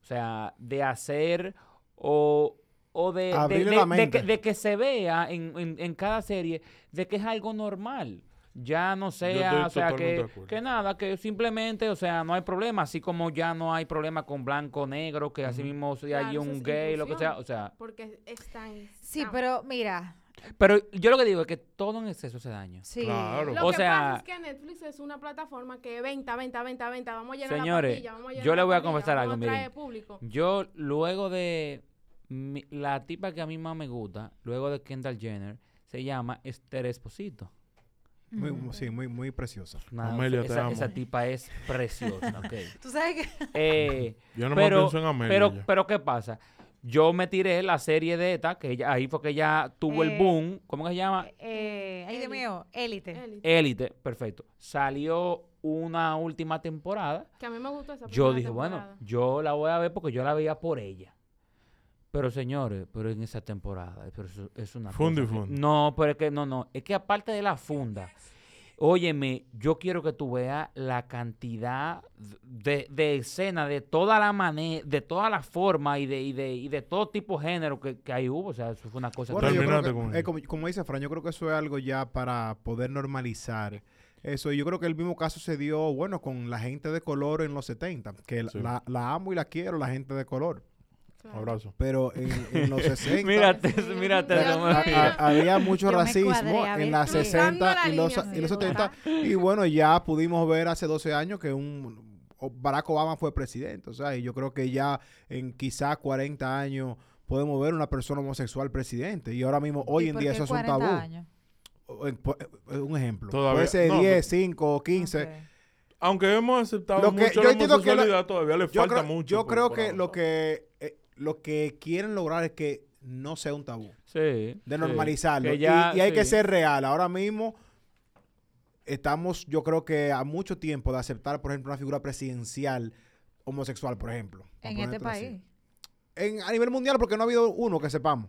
o sea, de hacer o, o de, de-
Abrirle
de-
la
de
mente.
que, de que se vea en, en- en cada serie de que es algo normal. Ya no sea,
estoy
o sea,
totalmente de
que,
acuerdo.
que nada, que simplemente, o sea, no hay problema, así como ya no hay problema con blanco, negro, que así mismo si hay
Claro, eso
un
es
gay, lo que sea, o
inclusión.
sea.
Porque están...
sí, pero mira,
Pero yo lo que digo es que todo en exceso se daña.
sí.
Claro.
Lo
O
que
sea-
pasa es que Netflix es una plataforma que venta, venta, venta, venta. Vamos a llenar
Señores,
la parrilla, vamos a llenar
yo le
la
voy a
parrilla,
confesar
vamos
algo,
a
miren.
traer público.
Yo, luego de. mi- la tipa que a mí más me gusta, luego de Kendall Jenner, se llama Esther Esposito.
Muy, sí, muy, muy preciosa.
Nada,
Amelia, te
esa,
amo.
esa tipa es preciosa, ok.
Tú sabes que
Eh,
Yo no
pero,
pienso en Amelia.
pero,
ya.
pero, ¿qué pasa? Yo me tiré la serie de ETA, que ella, ahí fue que ella tuvo
Eh,
el boom. ¿Cómo que se llama?
eh, ay Dios mío, élite.
Élite.
Élite, perfecto. Salió una última temporada.
Que a mí me gustó esa
Yo
primera
dije, bueno,
temporada.
yo la voy a ver porque yo la veía por ella. Pero señores, pero en esa temporada, pero eso es una
Funda y
cosa que-
funda.
No, pero es que no, no, es que aparte de la funda, óyeme, yo quiero que tú veas la cantidad de, de escena, de toda la manera, de toda la forma y de, y de, y de todo tipo de género que, que ahí hubo. O sea, eso fue una cosa
Bueno, yo
terrible.
creo
Terminate
que-
con
eh,
eso.
como, como dice Fran, yo creo que eso es algo ya para poder normalizar eso. Y Yo creo que el mismo caso se dio, bueno, con la gente de color en los 70, que la-
Sí.
la, la amo y la quiero, la gente de color.
Claro.
Abrazo.
Pero en, en los 60
Mírate, mírate.
Dios
cómo-
mío.
ha- Ah, había mucho
Yo me
racismo
cuadré, a ver,
en las
cruzando
60
la
y los,
línea,
y los
sí,
70. Y bueno, ya pudimos ver hace 12 años que un o- Barack Obama fue presidente. O sea, y yo creo que ya en quizá 40 años podemos ver una persona homosexual presidente. Y ahora mismo, hoy
¿Y
en
por
día,
qué
eso es un
40
tabú.
años?
O- en- po- eh, Un ejemplo.
Todavía-
Puede ser
no,
10, 5 o 15.
Ok.
Aunque hemos aceptado
Lo que-
mucho
yo
la
entiendo que lo-
homosexualidad, todavía le
Yo
falta
creo,
mucho.
yo
por-
creo
por
que lo
avanzar.
que eh, lo que quieren lograr es que no sea un tabú.
Sí,
de
sí.
normalizarlo.
Que
Y-
ya-
y, hay que
sí.
ser real. Ahora mismo estamos, yo creo que a mucho tiempo de aceptar, por ejemplo, una figura presidencial homosexual, por ejemplo. Vamos
En
a
este
Eh,
ponerlo así.
país.
En- a nivel mundial, porque no ha habido uno que sepamos.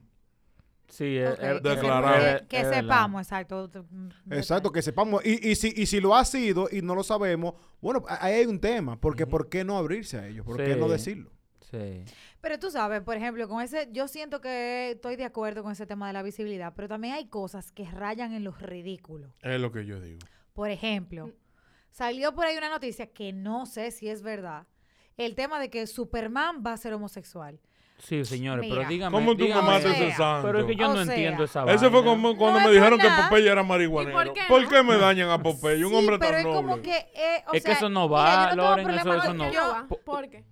Sí, eh,
Ok,
es-
que
es-
sepa-
Declarar.
que- Que,
es verdad.
sepamos, exacto. tú- mm,
Exacto,
detalle.
que sepamos. Y, y, si, y si lo ha sido y no lo sabemos, bueno, a- ahí hay un tema. Porque
Ujú.
¿por qué no abrirse a ellos? ¿Por qué
Sí.
no decirlo?
Sí.
Pero tú sabes, por ejemplo, con ese, yo siento que estoy de acuerdo con ese tema de la visibilidad, pero también hay cosas que rayan en los ridículos.
Es lo que yo digo.
Por ejemplo,
Mm.
salió por ahí una noticia que no sé si es verdad. El tema de que Superman va a ser homosexual.
Sí, señores,
Mira.
pero dígame.
¿Cómo tú
dígame-
mamaste
O sea,
ese santo?
Pero es que yo
O
no
sea,
entiendo esa
Ese fue
vaina.
como cuando
No
me
es
dijeron
verdad.
que Popeye era marihuanero.
¿Y por qué no?
me dañan a Popeye? Un
Sí,
hombre
pero
tan
es como
noble.
que... eh, o
Es que
sea,
eso no
mira,
va,
yo tengo
Loren,
problema
eso-
con-
eso no-
yo-
va. ¿Por qué?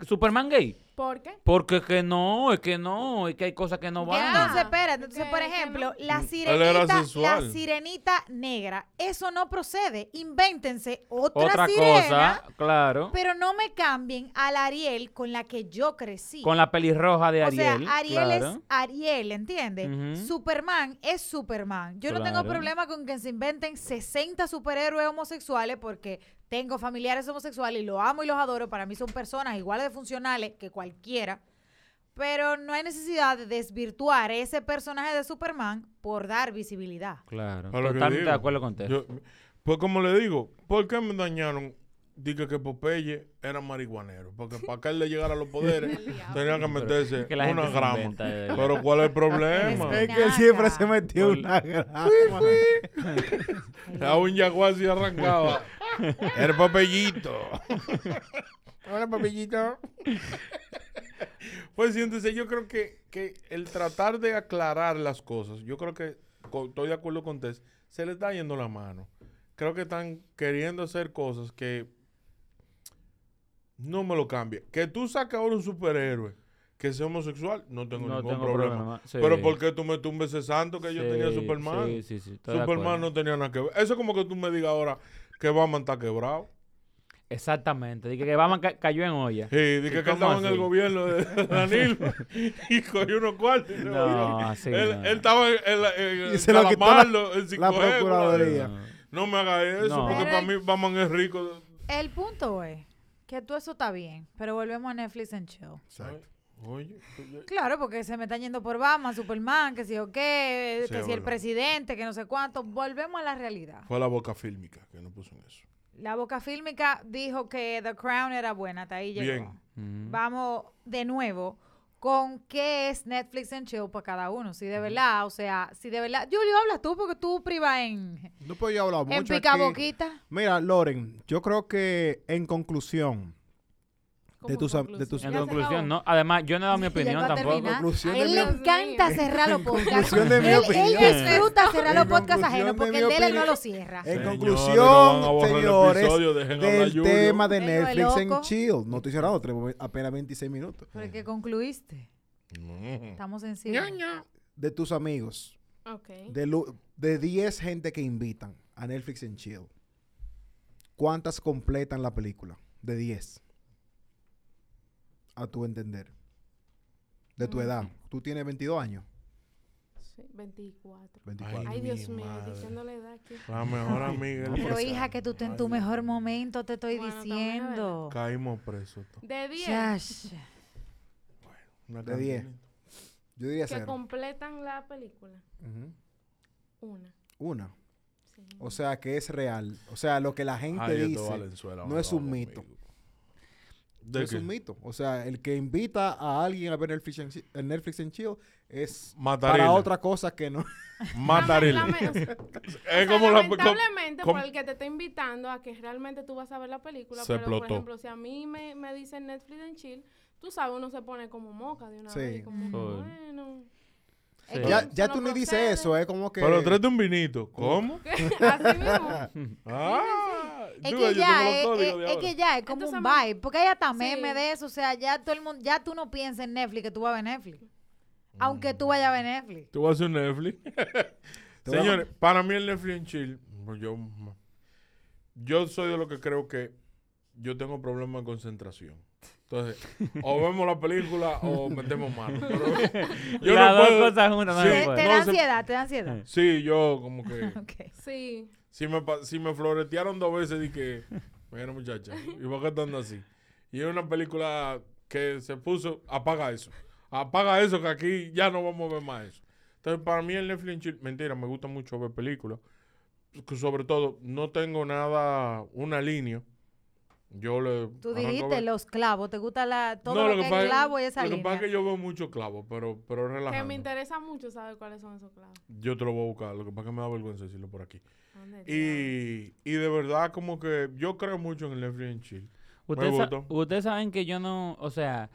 ¿Superman gay?
¿Por qué?
Porque que no, es que no, es que hay cosas que no van.
Entonces, espérate, entonces, por
que no.
ejemplo, la
él era
sirenita, la
sexual.
sirenita negra, eso no procede. Invéntense otra,
Otra
sirena,
cosa, claro.
pero no me cambien al Ariel con la que yo crecí.
Con la pelirroja de
o sea,
Ariel.
Ariel es
claro.
Ariel, ¿entiendes?
Ujú.
Superman es Superman. Yo no tengo
Claro.
problema con que se inventen 60 superhéroes homosexuales porque tengo familiares homosexuales y los amo y los adoro. Para mí son personas iguales de funcionales que cualquiera. Pero no hay necesidad de desvirtuar ese personaje de Superman por dar visibilidad.
Claro.
A lo que
Totalmente de
digo.
acuerdo con usted.
Yo- pues como le digo, ¿por qué me dañaron? Dije que Popeye era marihuanero. Porque para que él le llegara a los poderes, tenía que meterse
que la gente
una
se
grama.
inventa, de verdad.
Pero ¿cuál es el problema?
Es que
que
Nada.
siempre se metió una
A un jaguar se arrancaba. el Popeyito.
Hola, papillito.
Pues siéntese, yo creo que, que el tratar de aclarar las cosas, yo creo que co- estoy de acuerdo con Tess, se le está yendo la mano. Creo que están queriendo hacer cosas que no me lo cambie. Que tú sacas ahora un superhéroe que sea homosexual, no tengo
No
ningún
tengo
problema.
problema, sí.
Pero ¿por qué tú me tumbes ese santo que yo
Sí,
tenía Superman?
Sí, sí, sí. estoy de
Superman
acuerdo.
no tenía nada que ver. Eso es como que tú me digas ahora que Batman está quebrado.
Exactamente. Dije que Batman ca- cayó en olla.
Sí, dije que
cómo
estaba en
así?
el gobierno de Danilo y cogió unos cuartos. y se
No,
lo dio.
así
él,
no.
él estaba en, en la- en-
Y
en
se lo quitó la-
Calamardo, en 5G,
la procuraduría.
brother. No me haga eso,
No.
porque
Pero
para
el-
mí Batman es rico.
El punto es que todo eso está bien, pero volvemos a Netflix and Chill.
Oye, pues oye,
Claro, porque se me están yendo por Batman, Superman, que si o qué,
Sí,
que si el
bueno.
presidente, que no sé cuánto. Volvemos a la realidad.
fue la boca fílmica que no puso en eso.
La boca fílmica dijo que The Crown era buena, hasta ahí llegó.
Bien.
Mm.
Vamos de nuevo con qué es Netflix and Chill para cada uno. Si de verdad, o sea, si de verdad. Julio, hablas tú porque tú priva en,
No puedo yo hablar
en
mucho.
pica
aquí.
boquita.
Mira, Loren, yo creo que en conclusión,
Como
tus am- de
conclusión.
tus-
En
Ya se
conclusión,
acabó.
no. Además, yo no he dado mi
Y ya
opinión
va a
tampoco.
terminar.
Conclusión
a él
de
le
mi-
encanta cerrar los podcasts.
conclusión de mi
él, él
opinión.
disfruta cerrar los
En
podcasts ajenos
conclusión de
porque
mi
el de él él no
opinión. Eh.
lo cierra.
en
Señores,
conclusión,
no van a borrar el
señores,
episodio, dejen hablar a
del
Julio.
tema de
Vengo de
Netflix en
loco.
Chill. No estoy cerrado, tenemos apenas 26 minutos.
Porque concluiste.
Mm.
Estamos en silencio.
De tus amigos.
Ok.
De, lu- de 10 gente que invitan a Netflix en Chill, ¿cuántas completan la película? De 10. A tu entender. De tu
Mm.
edad. Tú tienes 22 años.
Sí, 24.
24.
Ay,
Ay,
Dios
mi
mío,
madre.
diciéndole edad aquí.
La mejor amiga.
No,
Pero
Pero
hija, que tú estés en tu mejor momento, te estoy
Bueno, también es
diciendo.
Caímos presos. to-
De 10
Chash.
Una
De diez.
cantinita.
Yo diría
que
cero.
completan la película,
Ujú.
una.
Una.
Sí.
O sea, que es real. O sea, lo que la gente
Ay, esto
dice
Valenzuela,
no es un
bravo
mito.
conmigo.
no
¿De
es
qué?
un mito. O sea, el que invita a alguien a ver Netflix en, Chi- en Netflix en Chill es para
Matarile.
otra cosa que no.
Matarile.
Lame- lame-
Es
O sea,
como la...
lamentablemente,
com-
por el que te está invitando a que realmente tú vas a ver la película,
Se
pero por
explotó.
ejemplo, si a mí me, me dicen Netflix en chill, tú sabes, uno se pone como moca de una
Sí.
vez. y Como,
Full.
bueno.
Sí.
que-
ya
Eso
ya
no
tú ni
procede.
dices eso, ¿eh? es como que...
Pero tráete un vinito. ¿Cómo?
Así mismo.
Ah, duda,
Es que,
yo
ya
tengo los
es, es-
códigos de
es
ahora.
que ya es como
Entonces,
un
ama-
vibe, porque hay hasta meme
Sí.
de eso, o sea, ya todo el mundo, ya tú no piensas en Netflix que tú vas a ver Netflix, aunque tú vayas a ver Netflix.
Tú vas a hacer Netflix.
Te voy a-
Señores, para mí el Netflix en chill, pues yo, yo soy de lo que creo que yo tengo problemas de concentración. Entonces, o vemos la película o metemos mano. Pero yo
Las
no
dos
puedo-
cosas juntas no
Sí.
se
Te, te
puede.
no,
da
se-
ansiedad, te da ansiedad.
Sí, yo como que...
Ok.
Sí.
Si me, pa- si me floretearon dos veces, dije, mira muchacha, y va cantando así. Y es una película que se puso, apaga eso. Apaga eso, que aquí ya no vamos a ver más eso. Entonces, Entonces, para mí el Netflix and chill, mentira, me gusta mucho ver películas. Que Sobre todo, no tengo nada, una línea. Yo le.
Tú
arranco a
dijiste
ver-
los clavos. ¿Te gusta la, todo
No,
lo, que,
pasa
es clavo y esa
Lo que pasa
línea?
es que yo veo mucho clavo, pero, pero
Que me
relajado.
interesa mucho saber cuáles son esos clavos.
Yo te lo voy a buscar, lo que pasa es que me da vergüenza decirlo por aquí.
¿Dónde está?
Y, y de verdad, como que yo creo mucho en el Netflix and Chill.
Ustedes, sa-
gustó.
ustedes saben que yo no, o sea,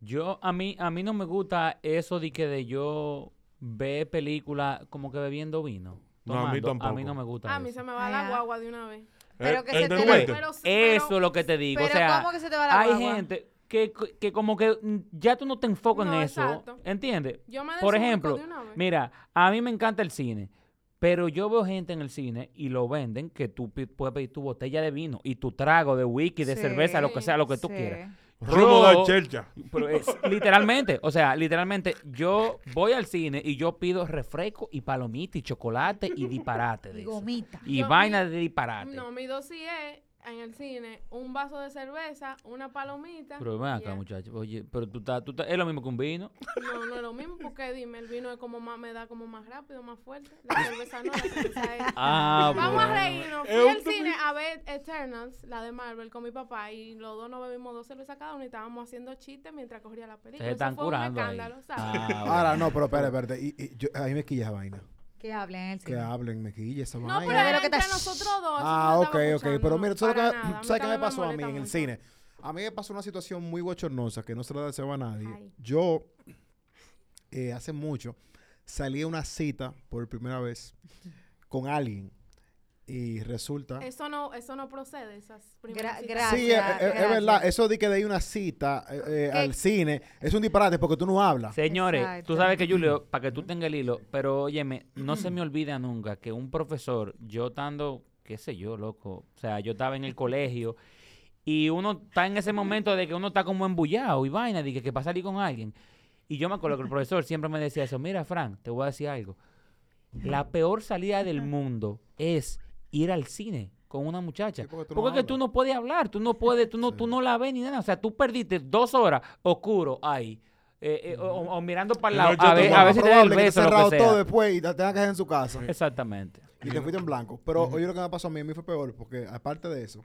yo a mí a mí no me gusta eso de que de yo ver película como que bebiendo vino.
No, a mí
tomando. no
tampoco.
me gusta.
A mí
eso.
se me va
Ay,
la
ah.
guagua de una vez.
Pero
Eh,
que se te
¿entendiste?
Pero-
Pero,
Eso es
pero-
lo que te digo.
Pero
o sea,
¿cómo que se te va la
hay
guagua?
gente que, que como que mm, ya tú no te enfocas
No,
en eso.
exacto.
¿Entiendes?
Yo me
Por
desubico
ejemplo,
de una vez.
mira, a mí me encanta el cine, pero yo veo gente en el cine y lo venden que tú pi- puedes pedir tu botella de vino y tu trago de whisky, de
Sí,
cerveza, lo que sea, lo que tú
sí.
quieras.
Robo
Yo-
de chelcha.
Pero es literalmente, o sea, literalmente yo voy al cine y yo pido refresco y palomita y chocolate y disparate de
Y
eso.
gomita.
Y
Yo- mi-
vaina de disparate.
No, mi dosis es en el cine un vaso de cerveza, una palomita.
Pero ven
y
acá,
ya.
muchacho. Oye, pero tú estás, tú estás- es lo mismo que un vino.
No, no es lo mismo porque dime, el vino es como más, me da como más rápido, más fuerte. La cerveza no, la cerveza es.
Ah,
Vamos
bueno.
a reírnos. Fui
Es un
al
tupi-
cine a ver Eternals, la de Marvel, con mi papá y los dos nos bebimos dos cervezas cada uno y estábamos haciendo chistes mientras corría la película.
Ustedes
Eso
están
fue
curando.
un
ahí.
escándalo, ¿sabes?
Ah,
Ahora
bueno.
no, pero espérate, espérate. Y, y yo- a mí me quilla esa vaina.
Que hablen en el
Que
cine.
hablen, me quilla esa
No,
vaina.
pero era
Lo que
entre
está-
nosotros dos. eso
Ah,
no estaba
ok, ok. Pero
escuchando,
mira, ¿tú sabes,
para
qué me-
nada.
tú sabes qué me
también
pasó a mí
molesta
en el
mucho.
cine? A mí me pasó una situación muy bochornosa que no se la deseo a nadie.
Ay.
Yo, eh, hace mucho, salí a una cita por primera vez con alguien y resulta...
Eso no, eso no procede, esas primeras
Gra-
citas.
gracias.
sí, es, es- es
gracias.
verdad. Eso de que de ahí una cita eh, eh,
¿Qué?
al cine es un disparate porque tú no hablas.
Señores,
Exacto.
tú sabes que Julio, para que tú tengas el hilo, pero óyeme, no se me olvida nunca que un profesor, yo estando, qué sé yo, loco, o sea, yo estaba en el colegio y uno está en ese momento de que uno está como embullado y vaina, de que, que para salir con alguien. Y yo me acuerdo que el profesor siempre me decía eso, mira, Fran, te voy a decir algo. La peor salida del mundo es ir al cine con una muchacha.
Sí, porque tú no
porque es que tú
hablas.
no puedes hablar, tú no puedes, tú no, tú no la ves ni nada. O sea, tú perdiste dos horas oscuro ahí. eh, eh, o, o- o mirando para el
No,
lado.
yo
a,
te
ver,
voy
a
a
ver si te da el
probable que
beso.
esté
lo que
cerrado
sea.
todo después y te tengas que ir en su casa.
Exactamente.
Y te fuiste en blanco. Pero oye lo que me pasó a mí, a mí fue peor, porque aparte de eso,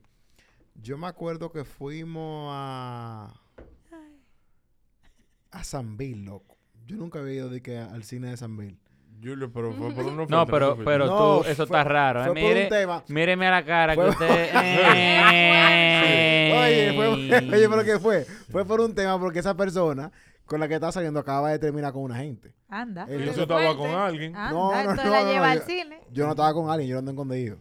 yo me acuerdo que fuimos a. a San Bill, loco. Yo nunca había ido de que al cine de San Bill.
Julio, pero fue por una
No,
oferta,
pero,
fue oferta.
pero
No,
tú, eso
fue-
está raro. eh.
fue por un
Mire-
tema.
Míreme a la cara
Fue-
que usted. Eh.
Oye, fue, oye, pero ¿qué fue? Fue por un tema porque esa persona con la que está saliendo acaba de terminar con una gente.
Anda.
Eh,
Y
Pero
yo estaba
fuerte.
con alguien.
Anda,
no, no,
Ah, entonces
no,
la
no,
lleva
yo-
al cine.
Yo no estaba con alguien, yo no ando escondido.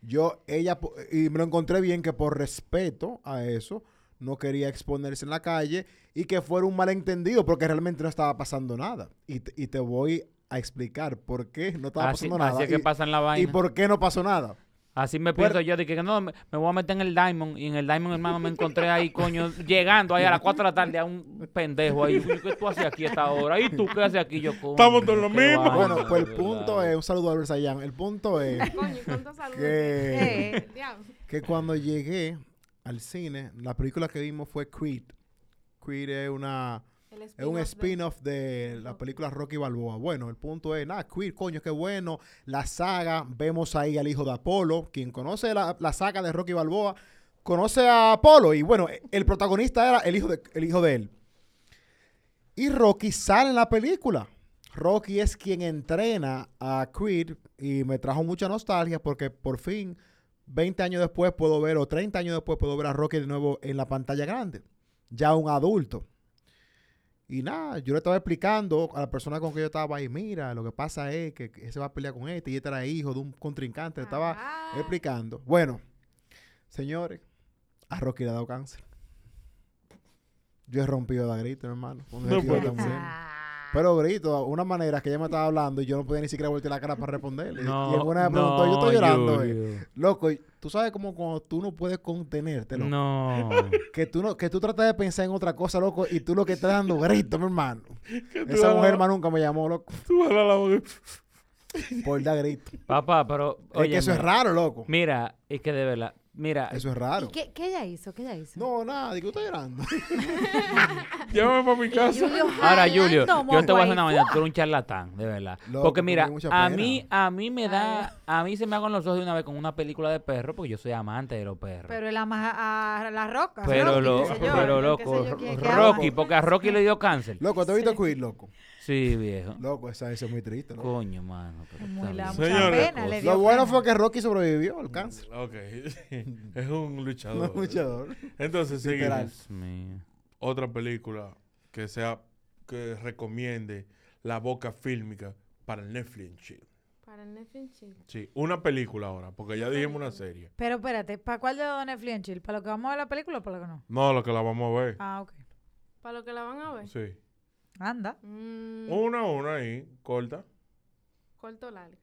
Yo, ella, po- y me lo encontré bien que por respeto a eso, no quería exponerse en la calle y que fuera un malentendido porque realmente no estaba pasando nada. Y, te- y te voy a explicar por qué no estaba
Así,
pasando
así
nada.
es que
y,
pasan la
y
vaina.
por qué no pasó nada.
Así me
Fuera-
pierdo yo, de que no, me, me voy a meter en el Diamond. Y en el Diamond, hermano, me encontré ahí, coño, llegando ahí a las 4 de la tarde a un pendejo ahí. coño, ¿Qué tú haces aquí a esta hora? ¿Y tú qué haces aquí? Yo, coño,
Estamos todos lo
qué
mismo.
vaina,
bueno, pues
de
el punto
verdad.
es, un saludo a Albert Sayán, el punto es
Coño, ¿y cuántos saludos?
que,
Eh,
El diablo.
que cuando llegué al cine, la película que vimos fue Creed. Creed es una...
El
Es un
de-
spin-off de la
Rocky.
película Rocky Balboa. Bueno, el punto es, nada, queer, coño, qué bueno. La saga, vemos ahí al hijo de Apolo. Quien conoce la, la saga de Rocky Balboa, conoce a Apolo. Y bueno, e- el protagonista era el hijo de, el hijo de él. Y Rocky sale en la película. Rocky es quien entrena a Creed y me trajo mucha nostalgia porque por fin, 20 años después puedo ver, o 30 años después puedo ver a Rocky de nuevo en la pantalla grande, ya un adulto. Y nada, yo le estaba explicando a la persona con que yo estaba ahí, mira, lo que pasa es que ese va a pelear con este y este era hijo de un contrincante, le estaba
Ah,
explicando. Bueno, señores, a Rocky le ha dado cáncer. Yo he rompido la grito, hermano. con
No
el tío
puede
también.
ah,
Pero grito, una manera que ella me estaba hablando y yo no podía ni siquiera voltear la cara para responderle. y
No,
alguna me
no,
preguntó, yo estoy llorando. eh".
Julio.
Loco, y- tú sabes como cuando tú no puedes contenerte, loco.
No.
Que tú no, que tú tratas de pensar en otra cosa, loco, y tú lo que estás dando grito, mi hermano.
Que tú
Esa
a la-
mujer más nunca me llamó, loco,
tú a la- la-
por dar grito.
Papá, pero.
es que eso
óyeme,
es raro, loco.
Mira, es que de verdad, Mira,
Eso es
¿Y
raro.
qué, qué ella hizo? ¿Qué ella hizo?
No, nada, digo, estoy llorando.
Llévame para mi casa.
Julio
ahora
jalando
Julio, yo te voy a hacer una
moco ahí.
vaina, tú eres un charlatán, de verdad.
Loco,
porque
pero me
mira,
dio mucha
a
pena.
mí, a mí me da, a mí se me hagan los ojos de una vez con una película de perro, porque yo soy amante de los perros.
Pero el ama a la roca.
Pero,
Rocky,
lo-
qué sé yo,
pero
el qué sé
loco,
yo, quién es que ama.
Rocky, porque a Rocky le dio cáncer.
Loco, ¿te viste Queen, loco?
Sí, viejo.
Loco, esa, esa es muy triste. loco.
Coño, mano. pero
Muy
está
la-
bien.
mucha
Señores,
pena le dio
Lo bueno
pena.
fue que Rocky sobrevivió al cáncer.
Ok. es un
No
luchador.
es luchador.
Entonces, seguimos.
Literal.
Dios mío.
otra película que sea que recomiende la boca fílmica para el Netflix and chill.
Para el Netflix Chill.
Sí, una película ahora, porque ya dijimos una serie.
Pero espérate, ¿para cuál de Don Netflix and Chill? ¿Para lo que vamos a ver la película o para lo que no?
No, lo que la vamos a ver.
Ah, ok.
Para los que la van a ver.
Sí.
Anda.
Ah, Mm,
Una a una ahí, corta.
Corto o larga.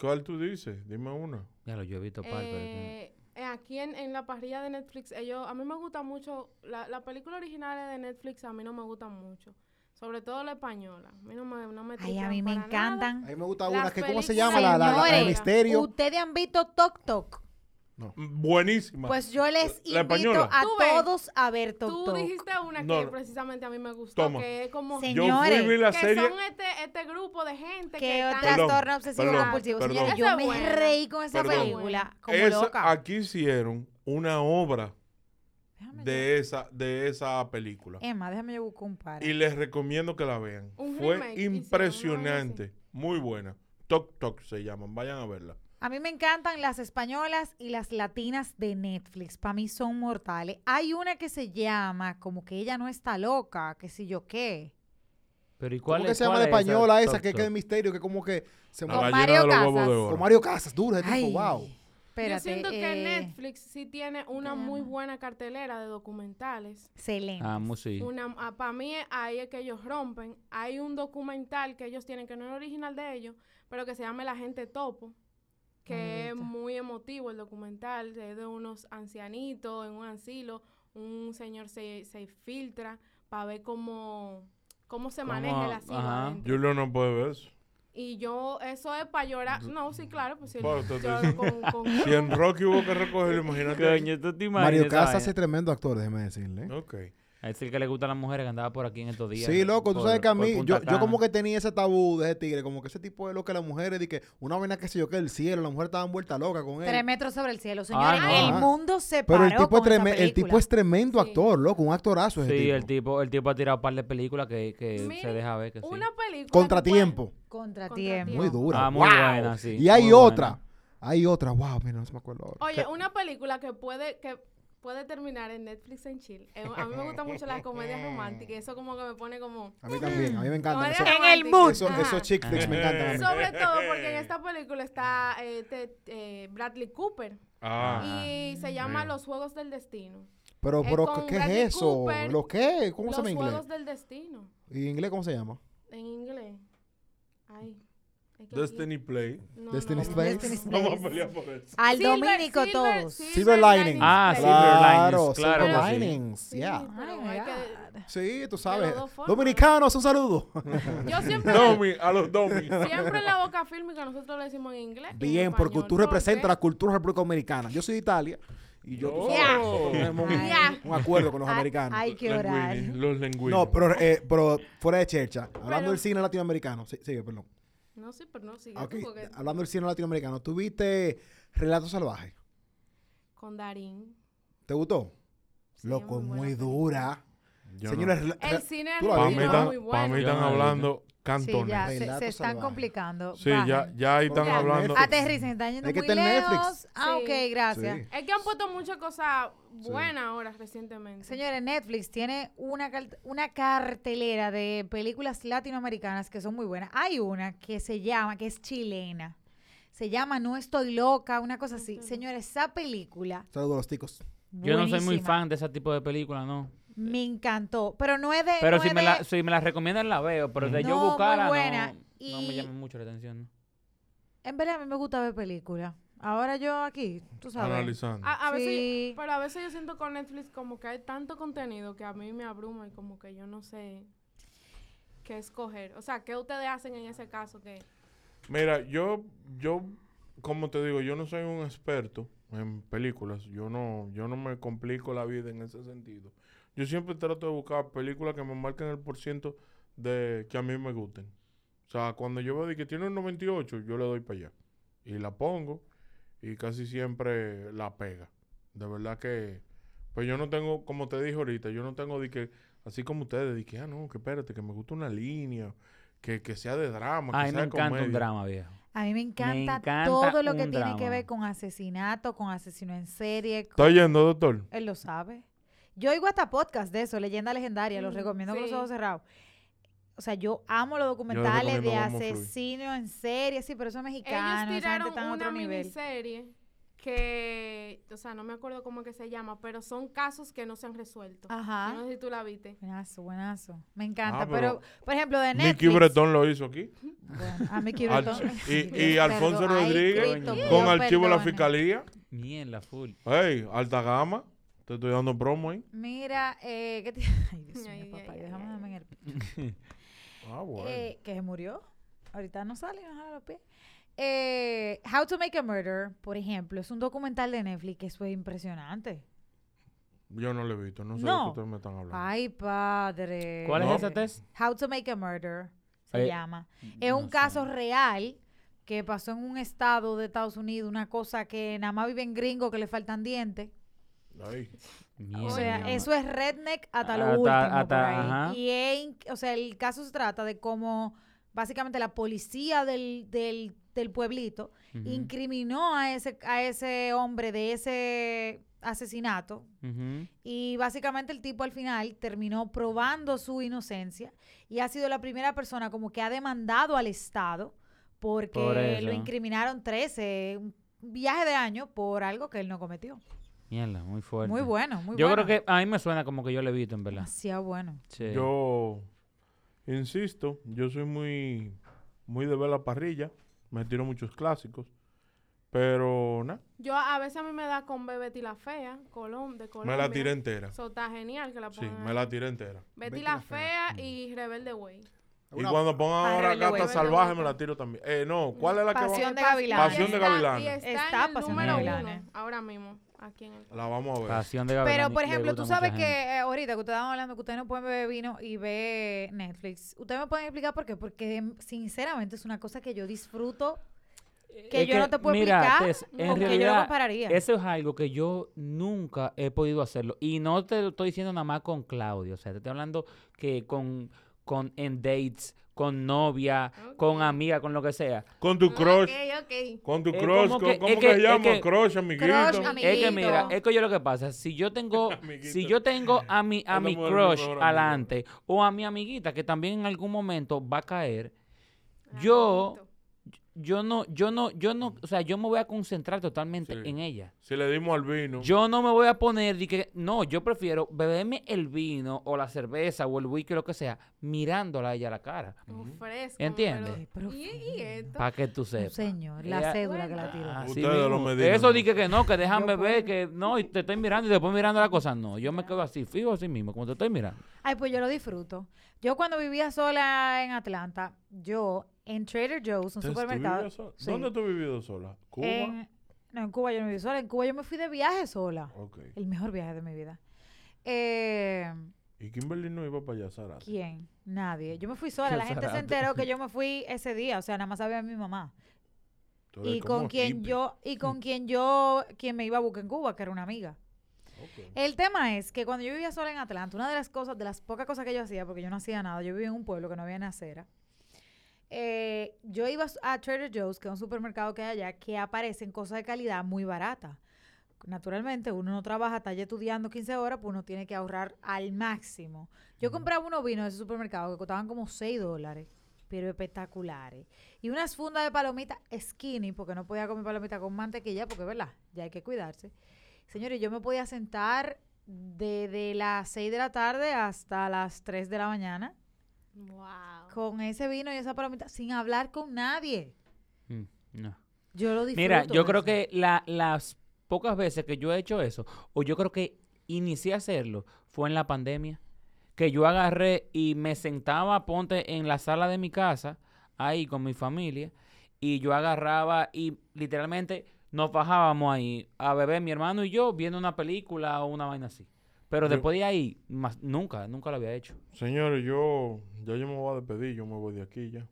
¿Cuál tú dices? Dime una.
Ya lo yo he visto par, pero que-
Eh, eh, aquí en, en la parrilla de Netflix, ellos, a mí me gusta mucho, la, la película original de Netflix a mí no me gustan mucho. Sobre todo la española. A mí no me, no me
Ay, a
tripean
mí me
para nada.
A
encantan.
mí me gusta
Las
una que, ¿cómo se
películas-
llama? La, la, la- la de
Señores,
misterio.
¿Ustedes han visto Tok Tok?
Buenísima.
Pues yo les
La
invito
española.
a
Tú ves,
todos a ver Tok
Tú
Tok.
dijiste una
No,
que
no.
precisamente a mí me gustó,
Toma.
que es como
Señor,
yo fui
señores,
vi la
que
serie.
son este, este grupo de gente que
Que
están-
Perdón,
trastorno obsesivo
perdón,
compulsivo.
perdón.
Señores, yo
Esa
me
es buena.
reí con esa
Perdón.
película. Como
Esa-
loca.
aquí hicieron una obra
Déjame yo-
de esa, de esa película.
Emma, déjame yo buscar un par.
Y les recomiendo que la vean.
Un remake
Fue
hicieron, una
impresionante. Muy buena. Toc Toc se llaman. Vayan a verla.
A mí me encantan las españolas y las latinas de Netflix. Para mí son mortales. Hay una que se llama como que ella no está loca, que si yo qué.
Pero ¿y cuál
¿Cómo que
es-
se llama
cuál
la
es
española esa?
Toc,
Que que
toc?
es misterio, que como que se
La
Con
mueve.
gallina
Mario
de los huevos de
Casas.
oro.
Con Mario Casas, duro ese tipo,
Ay,
wow.
Espérate,
Yo siento que
eh,
Netflix sí tiene una
¿cómo se
muy
llama?
buena cartelera de documentales.
Excelente.
Ah, mu- sí.
Una, para mí eh, ahí es que ellos rompen. Hay un documental que ellos tienen que no es original de ellos, pero que se llama La gente topo, que es
Bonito.
muy emotivo el documental. Es de unos ancianitos en un asilo, un señor se, se filtra para ver cómo, cómo se
Cómo-
maneja el asilo.
ajá.
adentro.
Julio no puede ver eso.
Y yo, eso es para llorar. No, sí, claro, pues sí.
Bueno, te estoy
yo
diciendo.
con- con-
Si en Rocky hubo que recogerlo, imagínate.
Coño, tú te imaginas
Mario
esa
Casas es
vaina?
tremendo actor, déjeme decirle.
Ok.
A ese que le gustan las mujeres que andaba por aquí en estos días.
Sí, loco, tú
por-
sabes que a
por
mí,
Punta
yo, yo
Cana.
como que tenía ese tabú de ese tigre, como que ese tipo de lo que las mujeres, de que una vaina que se yo que el cielo, las mujeres estaban vueltas locas con él.
Tres metros sobre el cielo. Señores,
no.
el mundo se paró
Ah, Pero el tipo, es
con esa
treme- el tipo
película.
es tremendo
Sí.
actor, loco, un actorazo ese
Sí,
tipo.
el tipo, el tipo ha tirado un par de películas que, que
Miren,
se deja ver que sí.
Una película. que
Contratiempo,
Contratiempo.
muy dura.
Ah, muy
wow.
buena, sí.
Y hay
muy buena.
otra, hay otra, wow, mira, no se me acuerdo ahora.
puede-
Que-
oye, una película que puede, que puede terminar en Netflix en Chile. Eh, a mí me gustan mucho las comedias románticas. Eso como que me pone como.
A mí también, a mí me encantan
comedias
esos,
En el
románticas.
mood.
esos,
Ajá.
esos chick flicks, me encantan a mí.
Sobre todo porque en esta película está eh, te- eh, Bradley Cooper
Ah.
y se llama
mira.
Los Juegos del Destino.
Pero,
Es
pero,
Eh, con
¿qué
Bradley
es eso?
Cooper.
¿Lo qué? ¿Cómo
Los
se llama en inglés?
Juegos del Destino.
¿Y en inglés cómo se llama?
En inglés. Ay. es que aquí-
Destiny Play.
no, no,
Destiny's
no,
Place.
no, no.
Vamos a pelear por eso.
Al
Silver-
dominico
Silver-
todos.
Silver
Silver Linings.
Ah,
Place.
Silver
claro,
Linings, claro
Silver
que sí.
Linings,
Sí,
yeah.
pero
Ay,
hay que-
God.
Sí, tú sabes.
dos formas.
Dominicanos, un saludo.
Yo siempre,
Domi, a los Domi.
siempre en la boca fílmica nosotros lo decimos en inglés. y en
Bien, porque
español,
tú representas la cultura republicana. Yo soy de Italia y yo
Oh.
tú sabes,
Ya.
nosotros tenemos un,
Ya.
un acuerdo con los
Ay,
americanos.
Hay que orar.
Lenguini, Los lenguines.
no, pero, eh, pero fuera de chercha, hablando
Pero-
del cine latinoamericano, sí, sigue, perdón.
No sé, pero no sigue
Ok,
tú, porque
Hablando del cine latinoamericano, ¿tuviste Relatos Salvajes?
con Darín.
¿Te gustó?
sí,
Loco, es
buena
muy
película.
dura.
Yo no.
Señores, rela-
El cine
Tú la
Pa'
has
mí
argentino
visto.
es
están,
muy
pa'
bueno.
mí están
Yo no la he
hablando
Sí,
cantones.
ya, se,
Relatos
se están
salvajes.
complicando.
Sí, ya,
Bajen.
ya ahí están
Porque
hablando.
Netflix-
Aterricen, están yendo
Es que
muy
está en Netflix.
lejos. Ah,
Sí.
ok, gracias.
Sí.
Es que han puesto muchas cosas buenas ahora recientemente.
Señores, Netflix tiene una, cal- una cartelera de películas latinoamericanas que son muy buenas. Hay una que se llama, que es chilena. Se llama No estoy loca, una cosa así. Señores, esa película.
saludos a los ticos.
Yo no soy muy
buenísima,
fan de ese tipo de películas, no.
Me encantó. Pero no es de.
Pero
no
si
es
me,
de-
la, si me la recomiendan, la veo. Pero de
No,
yo
muy
buscarla,
buena.
no, no me
Y-
llama mucho la atención. ¿no?
En verdad, a mí me gusta ver películas. Ahora yo aquí, tú sabes.
Analizando.
A, a
Sí.
veces, pero a veces yo siento con Netflix como que hay tanto contenido que a mí me abruma y como que yo no sé qué escoger. O sea, ¿qué ustedes hacen en ese caso? que
Mira, yo, yo, como te digo, yo no soy un experto en películas. Yo no, yo no me complico la vida en ese sentido. Yo siempre trato de buscar películas que me marquen el por ciento de que a mí me gusten. O sea, cuando yo veo de que tiene un 98, yo le doy para allá. Y la pongo y casi siempre la pega. De verdad que, pues yo no tengo, como te dije ahorita, yo no tengo de que, así como ustedes, de que, ah, no, que espérate, que me gusta una línea, que, que sea de drama, que
Ay,
sea
me
de
encanta un
comedia.
drama, viejo.
A mí me encanta,
encanta
todo lo
un
que tiene que
drama.
ver con asesinato, con asesino en serie. con-
¿Está yendo, doctor?
Él lo sabe. Yo oigo hasta podcast de eso, Leyenda Legendaria, los
Mm,
recomiendo con los
sí.
ojos cerrados. O sea, yo amo los documentales de
recomiendo Vamos Fluid.
asesinos en serie, sí, pero eso es
Ellos
mexicano, esa gente
tiraron
está en
una
otro nivel.
miniserie que, o sea, no me acuerdo cómo que se llama, pero son casos que no se han resuelto.
Ajá.
No sé si tú la viste.
Buenazo, buenazo. Me encanta.
Ah,
pero,
pero
por ejemplo, de Netflix.
Nicky Bretón lo hizo aquí.
Bueno, a Mickey
Al-
Bretón.
y, y Alfonso
Perdón, ay,
Rodríguez
Cristo,
Coño.
con
Dios
archivo de la
Oh, perdone.
fiscalía.
Mierda, full.
Ey, alta gama. Te estoy dando promo ahí.
Mira, eh, ¿qué te... Ay, Dios mío,
Ay, ay,
papá,
ay,
déjame
ay.
darme en el
Ah, bueno.
Eh, que se murió. Ahorita no sale, no jala los pies. Eh, How to Make a Murder, por ejemplo, es un documental de Netflix que eso es impresionante.
Yo no lo he visto. No sé de
No.
qué ustedes me están hablando.
Ay, padre.
¿Cuál
No.
es esa test?
How to Make a Murder se
Eh,
llama. Es un caso real que pasó en un estado de Estados Unidos, una cosa que nada más viven gringos que le faltan dientes.
Ay.
Mierda.
O sea,
Mierda.
eso es redneck hasta lo
Hasta-
último por
hasta-
ahí.
ajá.
Y es inc- o sea, el caso se trata de cómo básicamente la policía del, del, del pueblito
Ujú,
incriminó a ese, a ese hombre de ese asesinato.
ujú.
Y básicamente el tipo al final terminó probando su inocencia y ha sido la primera persona como que ha demandado al Estado porque
Por eso.
lo incriminaron 13, un viaje de año por algo que él no cometió.
Mierda, muy fuerte.
Muy bueno, muy
Yo
bueno.
creo que a mí me suena como que yo lo he visto, en verdad.
Demasiado bueno.
Sí.
Yo insisto, yo soy muy, muy de ver la parrilla. Me tiro muchos clásicos. Pero, nada,
Yo a veces a mí me da con ver Betty la Fea, Colom, de Colombia.
me la tiré entera.
Eso está genial que la
Sí,
pongan.
me la tiré entera.
Betty, la Fea
Mm.
y Rebelde Way.
Y
Una-
cuando pongan
Ah,
ahora
Rebelde
Gata
Way.
Salvaje, me la tiro también. Eh, no, ¿cuál es la que
Pasión
va?
de Gavilanes.
Pasión de
Y
Gavilanes.
Está
está, en el
Pasión
de
número
Gavilanes.
uno, ahora mismo, aquí en el...
La vamos a ver.
Pasión de Gabriel.
Pero, por ejemplo, tú sabes que eh, ahorita que ustedes estaban hablando que ustedes no pueden beber vino y ver Netflix, ¿ustedes me pueden explicar por qué? Porque mm, sinceramente es una cosa que yo disfruto, que
Eh, Es
yo
que,
no te puedo
mira,
explicar,
Tess,
porque
en
yo lo
realidad,
compararía.
Eso es algo que yo nunca he podido hacerlo. Y no te lo estoy diciendo nada más con Claudio. O sea, te estoy hablando que con, con en dates, con novia, con amiga, con lo que sea.
Con tu crush.
ok.
Con tu
Es
crush.
como
¿Cómo,
que-
cómo
es
que,
que-
se
es
llama?
que-
crush, amiguito.
Crush, ami-
Es que
Amiguito.
mira, es que yo lo que pasa, si yo tengo, si
Amiguito.
yo tengo a mi, a
Esa
mi
mujer es mi
crush
mejor amiga.
adelante o a mi amiguita que también en algún momento va a caer, yo, yo no, yo no, yo no, o sea, yo me voy a concentrar totalmente
Sí.
en ella.
Si le dimos al vino.
Yo no me voy a poner de que, no, yo prefiero beberme el vino o la cerveza o el whisky o lo que sea, mirándola a ella a la cara.
Fresco.
¿Entiendes?
Ay,
pero-
pero-
¿Y, y esto?
Para que tú
No,
sepas.
señor, la
Ella- ah.
cédula que la tiró.
Así
Ah, Ustedes lo
mismo.
medimos.
Eso dije que no, que dejan
Yo
beber, que no, y te estoy mirando y después mirando la cosa. No, yo me quedo así, fijo así mismo, como te estoy mirando.
Ay, pues yo lo disfruto. Yo cuando vivía sola en Atlanta, yo en Trader Joe's, un
Entonces, ¿tú
supermercado.
vivías sola?
sí,
¿Dónde tú has vivido sola? Cuba.
en- no, en Cuba yo no viví sola, en Cuba yo me fui de viaje sola.
Ok.
El mejor viaje de mi vida. Eh,
¿Y Kimberly no iba para allá, Sara?
¿Quién? Nadie. Yo me fui sola. La gente se
Zarate.
enteró que yo me fui ese día. O sea, nada más sabía mi mamá.
Tú eres
Y
como
con quien
hippie.
yo, y con quien yo, quien me iba a buscar en Cuba, que era una amiga.
Ok.
El tema es que cuando yo vivía sola en Atlanta, una de las cosas, de las pocas cosas que yo hacía, porque yo no hacía nada, yo vivía en un pueblo que no había acera, eh, yo iba a Trader Joe's, que es un supermercado que hay allá, que aparecen cosas de calidad muy baratas. Naturalmente, uno no trabaja, está ya estudiando 15 horas, pues uno tiene que ahorrar al máximo. Yo compraba unos vinos de ese supermercado que costaban como 6 dólares, pero espectaculares. Y unas fundas de palomitas skinny, porque no podía comer palomita con mantequilla, porque, ¿verdad? Ya hay que cuidarse. Señores, yo me podía sentar desde las 6 de la tarde hasta las 3 de la mañana
Wow.
con ese vino y esa palomita sin hablar con nadie.
Mm, no.
Yo lo disfruto.
Mira, yo creo
eso.
que la- las pocas veces que yo he hecho eso, o yo creo que inicié a hacerlo, fue en la pandemia. Que yo agarré y me sentaba, ponte, en la sala de mi casa, ahí con mi familia, y yo agarraba y literalmente nos bajábamos ahí a beber mi hermano y yo viendo una película o una vaina así. Pero
Yo-
después de ahí, más, nunca, nunca lo había hecho.
Señores, yo ya yo me voy a despedir, yo me voy de aquí ya.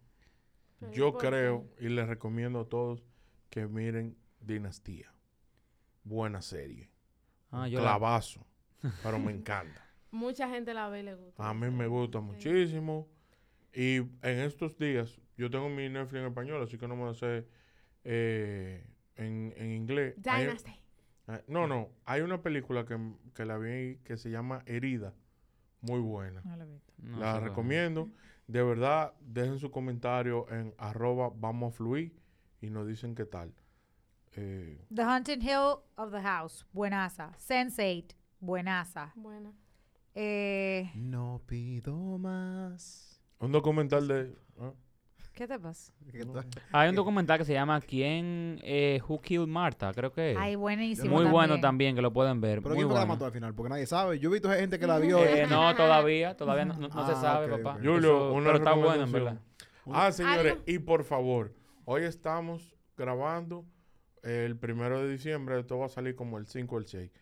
Pero
Yo
¿por qué?
creo y les recomiendo a todos que miren Dinastía. Buena serie.
Ah,
Un
yo la-
Clavazo. Pero me encanta.
Mucha gente la ve y le gusta.
A mí me gusta muchísimo. Y en estos días, yo tengo mi Netflix en español, así que no me lo sé eh, en, en inglés. Hay-
Dynasty.
eh, no, no. Hay una película que, que la vi que se llama Herida. Muy buena.
No lo he visto.
no
la
sé, bueno.
recomiendo. De verdad, dejen su comentario en arroba vamos a fluir y nos dicen qué tal. Eh,
The Hunting Hill of the House, buenaza. Sense8, buenaza.
Bueno.
Eh,
No pido más.
un documental de... ah,
¿Qué te pasa?
Hay un documental que se llama ¿Quién? Eh, ¿Who Killed Marta? Creo que es.
Ay, buenísimo.
Muy bueno también, que lo pueden ver.
Pero
muy
¿quién fue la
bueno.
mató al final? Porque nadie sabe. Yo he visto gente que la vio.
Eh, no, todavía, todavía no, no- no se
Ah,
sabe,
ok,
papá.
ok.
Julio,
Eso-
una
pero está bueno,
recomendación.
en verdad.
Ah, señores,
Algo-
y por favor, hoy estamos grabando el primero de diciembre, esto va a salir como el 5 o el 6.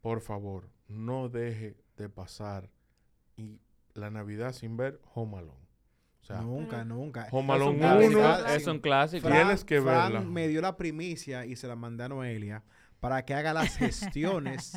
Por favor, no deje de pasar y la Navidad sin ver Home Alone. O sea,
Nunca,
Mm.
Pero-
nunca.
Home
Es un
Alone
clásico,
1,
es un clásico.
Fra- Tienes que
Fran
verla.
me dio la primicia y se la mandé a Noelia para que haga las gestiones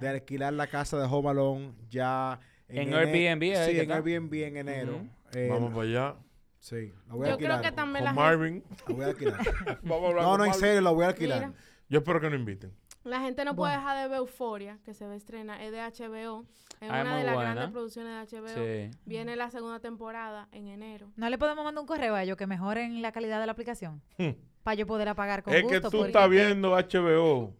de alquilar la casa de Home Alone ya
En
ene-
Airbnb, ¿eh?
Sí,
¿Qué
en
tal?
Airbnb en enero.
Ujú.
Eh,
vamos pues. para allá.
Sí, la voy a
Yo
alquilar.
creo que también la
Con
gente,
Marvin.
La voy a alquilar.
Vamos a hablar
no,
con
no, en
Marvin.
serio, la voy a alquilar.
Mira.
Yo espero que no inviten.
la gente no puede
Bueno.
dejar de ver Euforia, que se va a estrenar. Es de HBO. Es
Ah, es
una de
muy
las
buena.
grandes producciones de HBO.
Sí.
Viene la segunda temporada en enero.
¿No le podemos mandar un correo a ellos que mejoren la calidad de la aplicación?
Hmm.
Para yo poderla pagar con
es
gusto.
que tú
porque-
estás viendo HBO.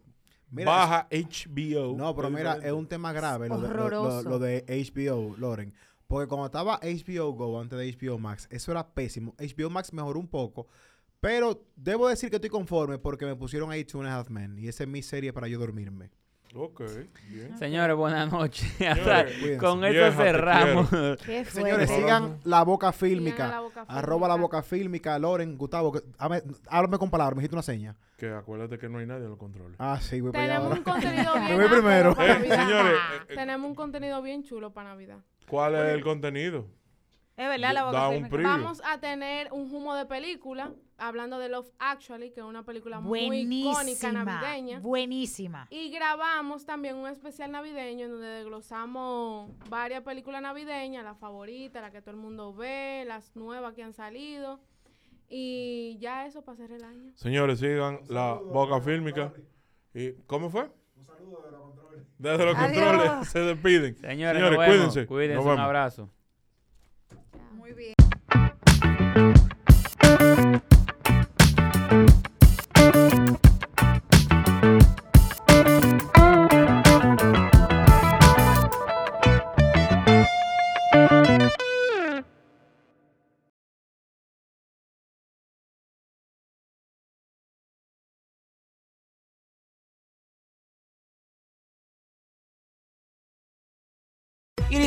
Mira,
baja HBO.
No, pero
Es
mira,
diferente.
es un tema grave lo de, lo- lo-
Horroroso.
lo de HBO, Loren. Porque cuando estaba HBO Go antes de HBO Max, eso era pésimo. HBO Max mejoró un poco. Pero debo decir que estoy conforme porque me pusieron ahí Two and a Half Men. Y esa es mi serie para yo dormirme.
Ok, bien.
Señores, buenas noches. Hasta-
Señores,
Cuídense.
con
Vieja,
eso
te
cerramos.
Qué fuerte.
Señores, sigan la boca fílmica.
Sigan a La Boca
Arroba la
Fílmica.
boca fílmica, Loren, Gustavo. que- háblame- Háblame con palabras, me hiciste una seña.
Que acuérdate que no hay nadie en los controles.
Ah, sí, voy para allá
Tenemos
ahora.
un contenido bien
Me voy primero.
áspero para
Eh,
Navidad.
señores, eh, eh,
Tenemos un contenido bien chulo para Navidad.
¿cuál es el contenido?
Es verdad, la boca
Da un
firme.
preview.
Vamos a tener un humo de película, hablando de Love Actually, que es una película muy icónica
Buenísima.
navideña.
Buenísima.
Y grabamos también un especial navideño en donde desglosamos varias películas navideñas, las favoritas, las que todo el mundo ve, las nuevas que han salido. Y ya eso para cerrar el año.
Señores, sigan la boca fílmica. ¿Y cómo fue? Desde los
Adiós.
controles se despiden.
Señores, nos vemos. cuídense.
Nos
un
vemos.
abrazo.
Muy bien.
It